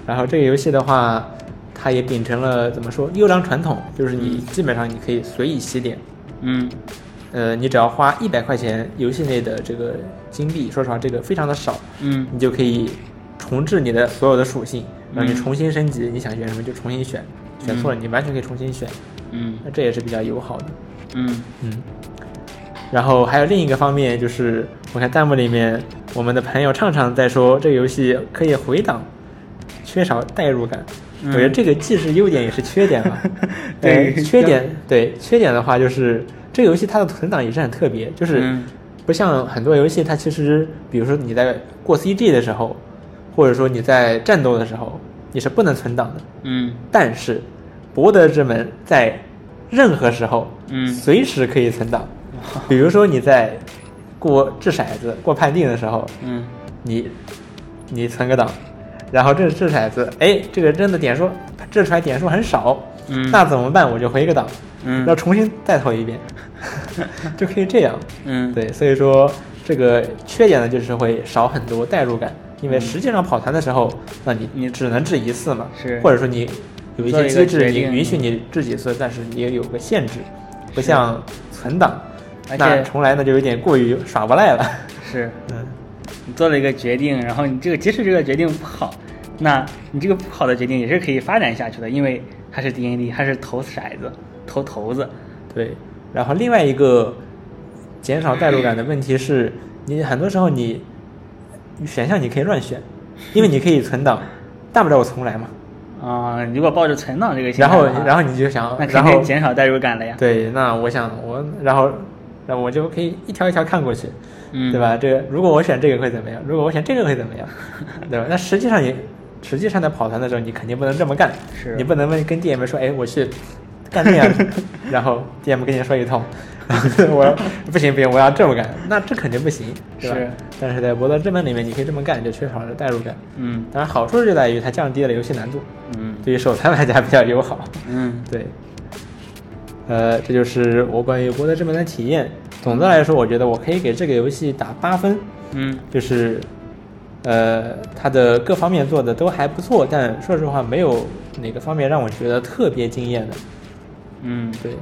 Speaker 1: 然后这个游戏的话，它也秉承了怎么说优良传统，就是你基本上你可以随意洗点，
Speaker 2: 嗯
Speaker 1: 呃，你只要花一百块钱游戏内的这个金币，说实话这个非常的少，
Speaker 2: 嗯
Speaker 1: 你就可以重置你的所有的属性，让你
Speaker 2: 嗯
Speaker 1: 重新升级，你想选什么就重新选，选错了你完全可以重新选，
Speaker 2: 嗯
Speaker 1: 那这也是比较友好的。
Speaker 2: 嗯
Speaker 1: 嗯。然后还有另一个方面就是，我看弹幕里面我们的朋友畅畅在说这个游戏可以回档，缺少代入感。
Speaker 2: 嗯。
Speaker 1: 我觉得这个既是优点也是缺点吧
Speaker 2: 对
Speaker 1: 呃缺点对缺点的话就是这个游戏它的存档也是很特别，就是
Speaker 2: 嗯
Speaker 1: 不像很多游戏它其实，比如说你在过 CG 的时候，或者说你在战斗的时候，你是不能存档的。
Speaker 2: 嗯
Speaker 1: 但是《博德之门》在任何时候，
Speaker 2: 嗯
Speaker 1: 随时可以存档。比如说你在过掷骰子、过判定的时候，
Speaker 2: 嗯
Speaker 1: 你你存个档，然后这掷骰子，哎，这个真的点数掷出来点数很少，
Speaker 2: 嗯
Speaker 1: 那怎么办？我就回个档，
Speaker 2: 嗯
Speaker 1: 要重新再投一 遍， 就可以这样。
Speaker 2: 嗯，
Speaker 1: 对，所以说这个缺点呢，就是会少很多代入感，因
Speaker 2: 嗯
Speaker 1: 为实际上跑团的时候，那你你只能掷一次嘛，
Speaker 2: 是
Speaker 1: 或者说你有一
Speaker 2: 做
Speaker 1: 些
Speaker 2: 一个
Speaker 1: 机制，
Speaker 2: 决
Speaker 1: 你
Speaker 2: 定
Speaker 1: 允许你掷几次，但是你也有个限制，不
Speaker 2: 是
Speaker 1: 像存档，
Speaker 2: 而
Speaker 1: 那
Speaker 2: 且
Speaker 1: 重来呢就有点过于耍无赖了，
Speaker 2: 是
Speaker 1: 嗯，
Speaker 2: 你做了一个决定，然后你这个即使这个决定不好，那你这个不好的决定也是可以发展下去的，因为它是 D N D，它是投骰子、投骰子，
Speaker 1: 对。然后另外一个减少代入感的问题 是，你很多时候你选项你可以乱选，因为你可以存 档，大不了我重来嘛。
Speaker 2: 啊、如果抱着存档这个心
Speaker 1: 然
Speaker 2: 态
Speaker 1: 后，
Speaker 2: 的话，
Speaker 1: 然后你就想，
Speaker 2: 那
Speaker 1: 然
Speaker 2: 肯
Speaker 1: 后
Speaker 2: 定减少代入感了呀。
Speaker 1: 对，那我想我，然后，那我就可以一条一条看过去，
Speaker 2: 嗯
Speaker 1: 对吧？这个如果我选这个会怎么样？如果我选这个会怎么样？ 对吧？那实际上你，实际上在跑团的时候，你肯定不能这么干，
Speaker 2: 是
Speaker 1: 你不能问跟 DM 说，哎，我去干这样， 然后 DM 跟你说一通，然后 我要不行不行，我要这么干，那这肯定不行，对吧？
Speaker 2: 是
Speaker 1: 但是在博德之门里面，你可以这么干，就缺少了代入感。
Speaker 2: 嗯
Speaker 1: 当然，好处就在于它降低了游戏难度，
Speaker 2: 嗯
Speaker 1: 对于手残玩家比较友好。
Speaker 2: 嗯
Speaker 1: 对，呃，这就是我关于《博德之门》的体验。总的来说，我觉得我可以给这个游戏打八分，
Speaker 2: 嗯
Speaker 1: 就是，呃，它的各方面做的都还不错，但说实话，没有哪个方面让我觉得特别惊艳的。
Speaker 2: 嗯，
Speaker 1: 对，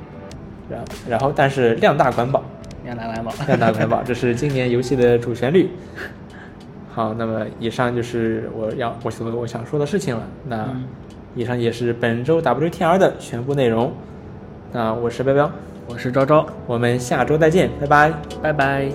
Speaker 1: 然然后但是量大管饱，
Speaker 2: 让来来吧。
Speaker 1: 量大管饱，这是今年游戏的主旋律。好，那么以上就是我要我所我想说的事情了。那
Speaker 2: 嗯
Speaker 1: 以上也是本周 WTR 的全部内容。那我是彪彪，
Speaker 2: 我是昭昭，
Speaker 1: 我们下周再见，拜拜。
Speaker 2: 拜拜。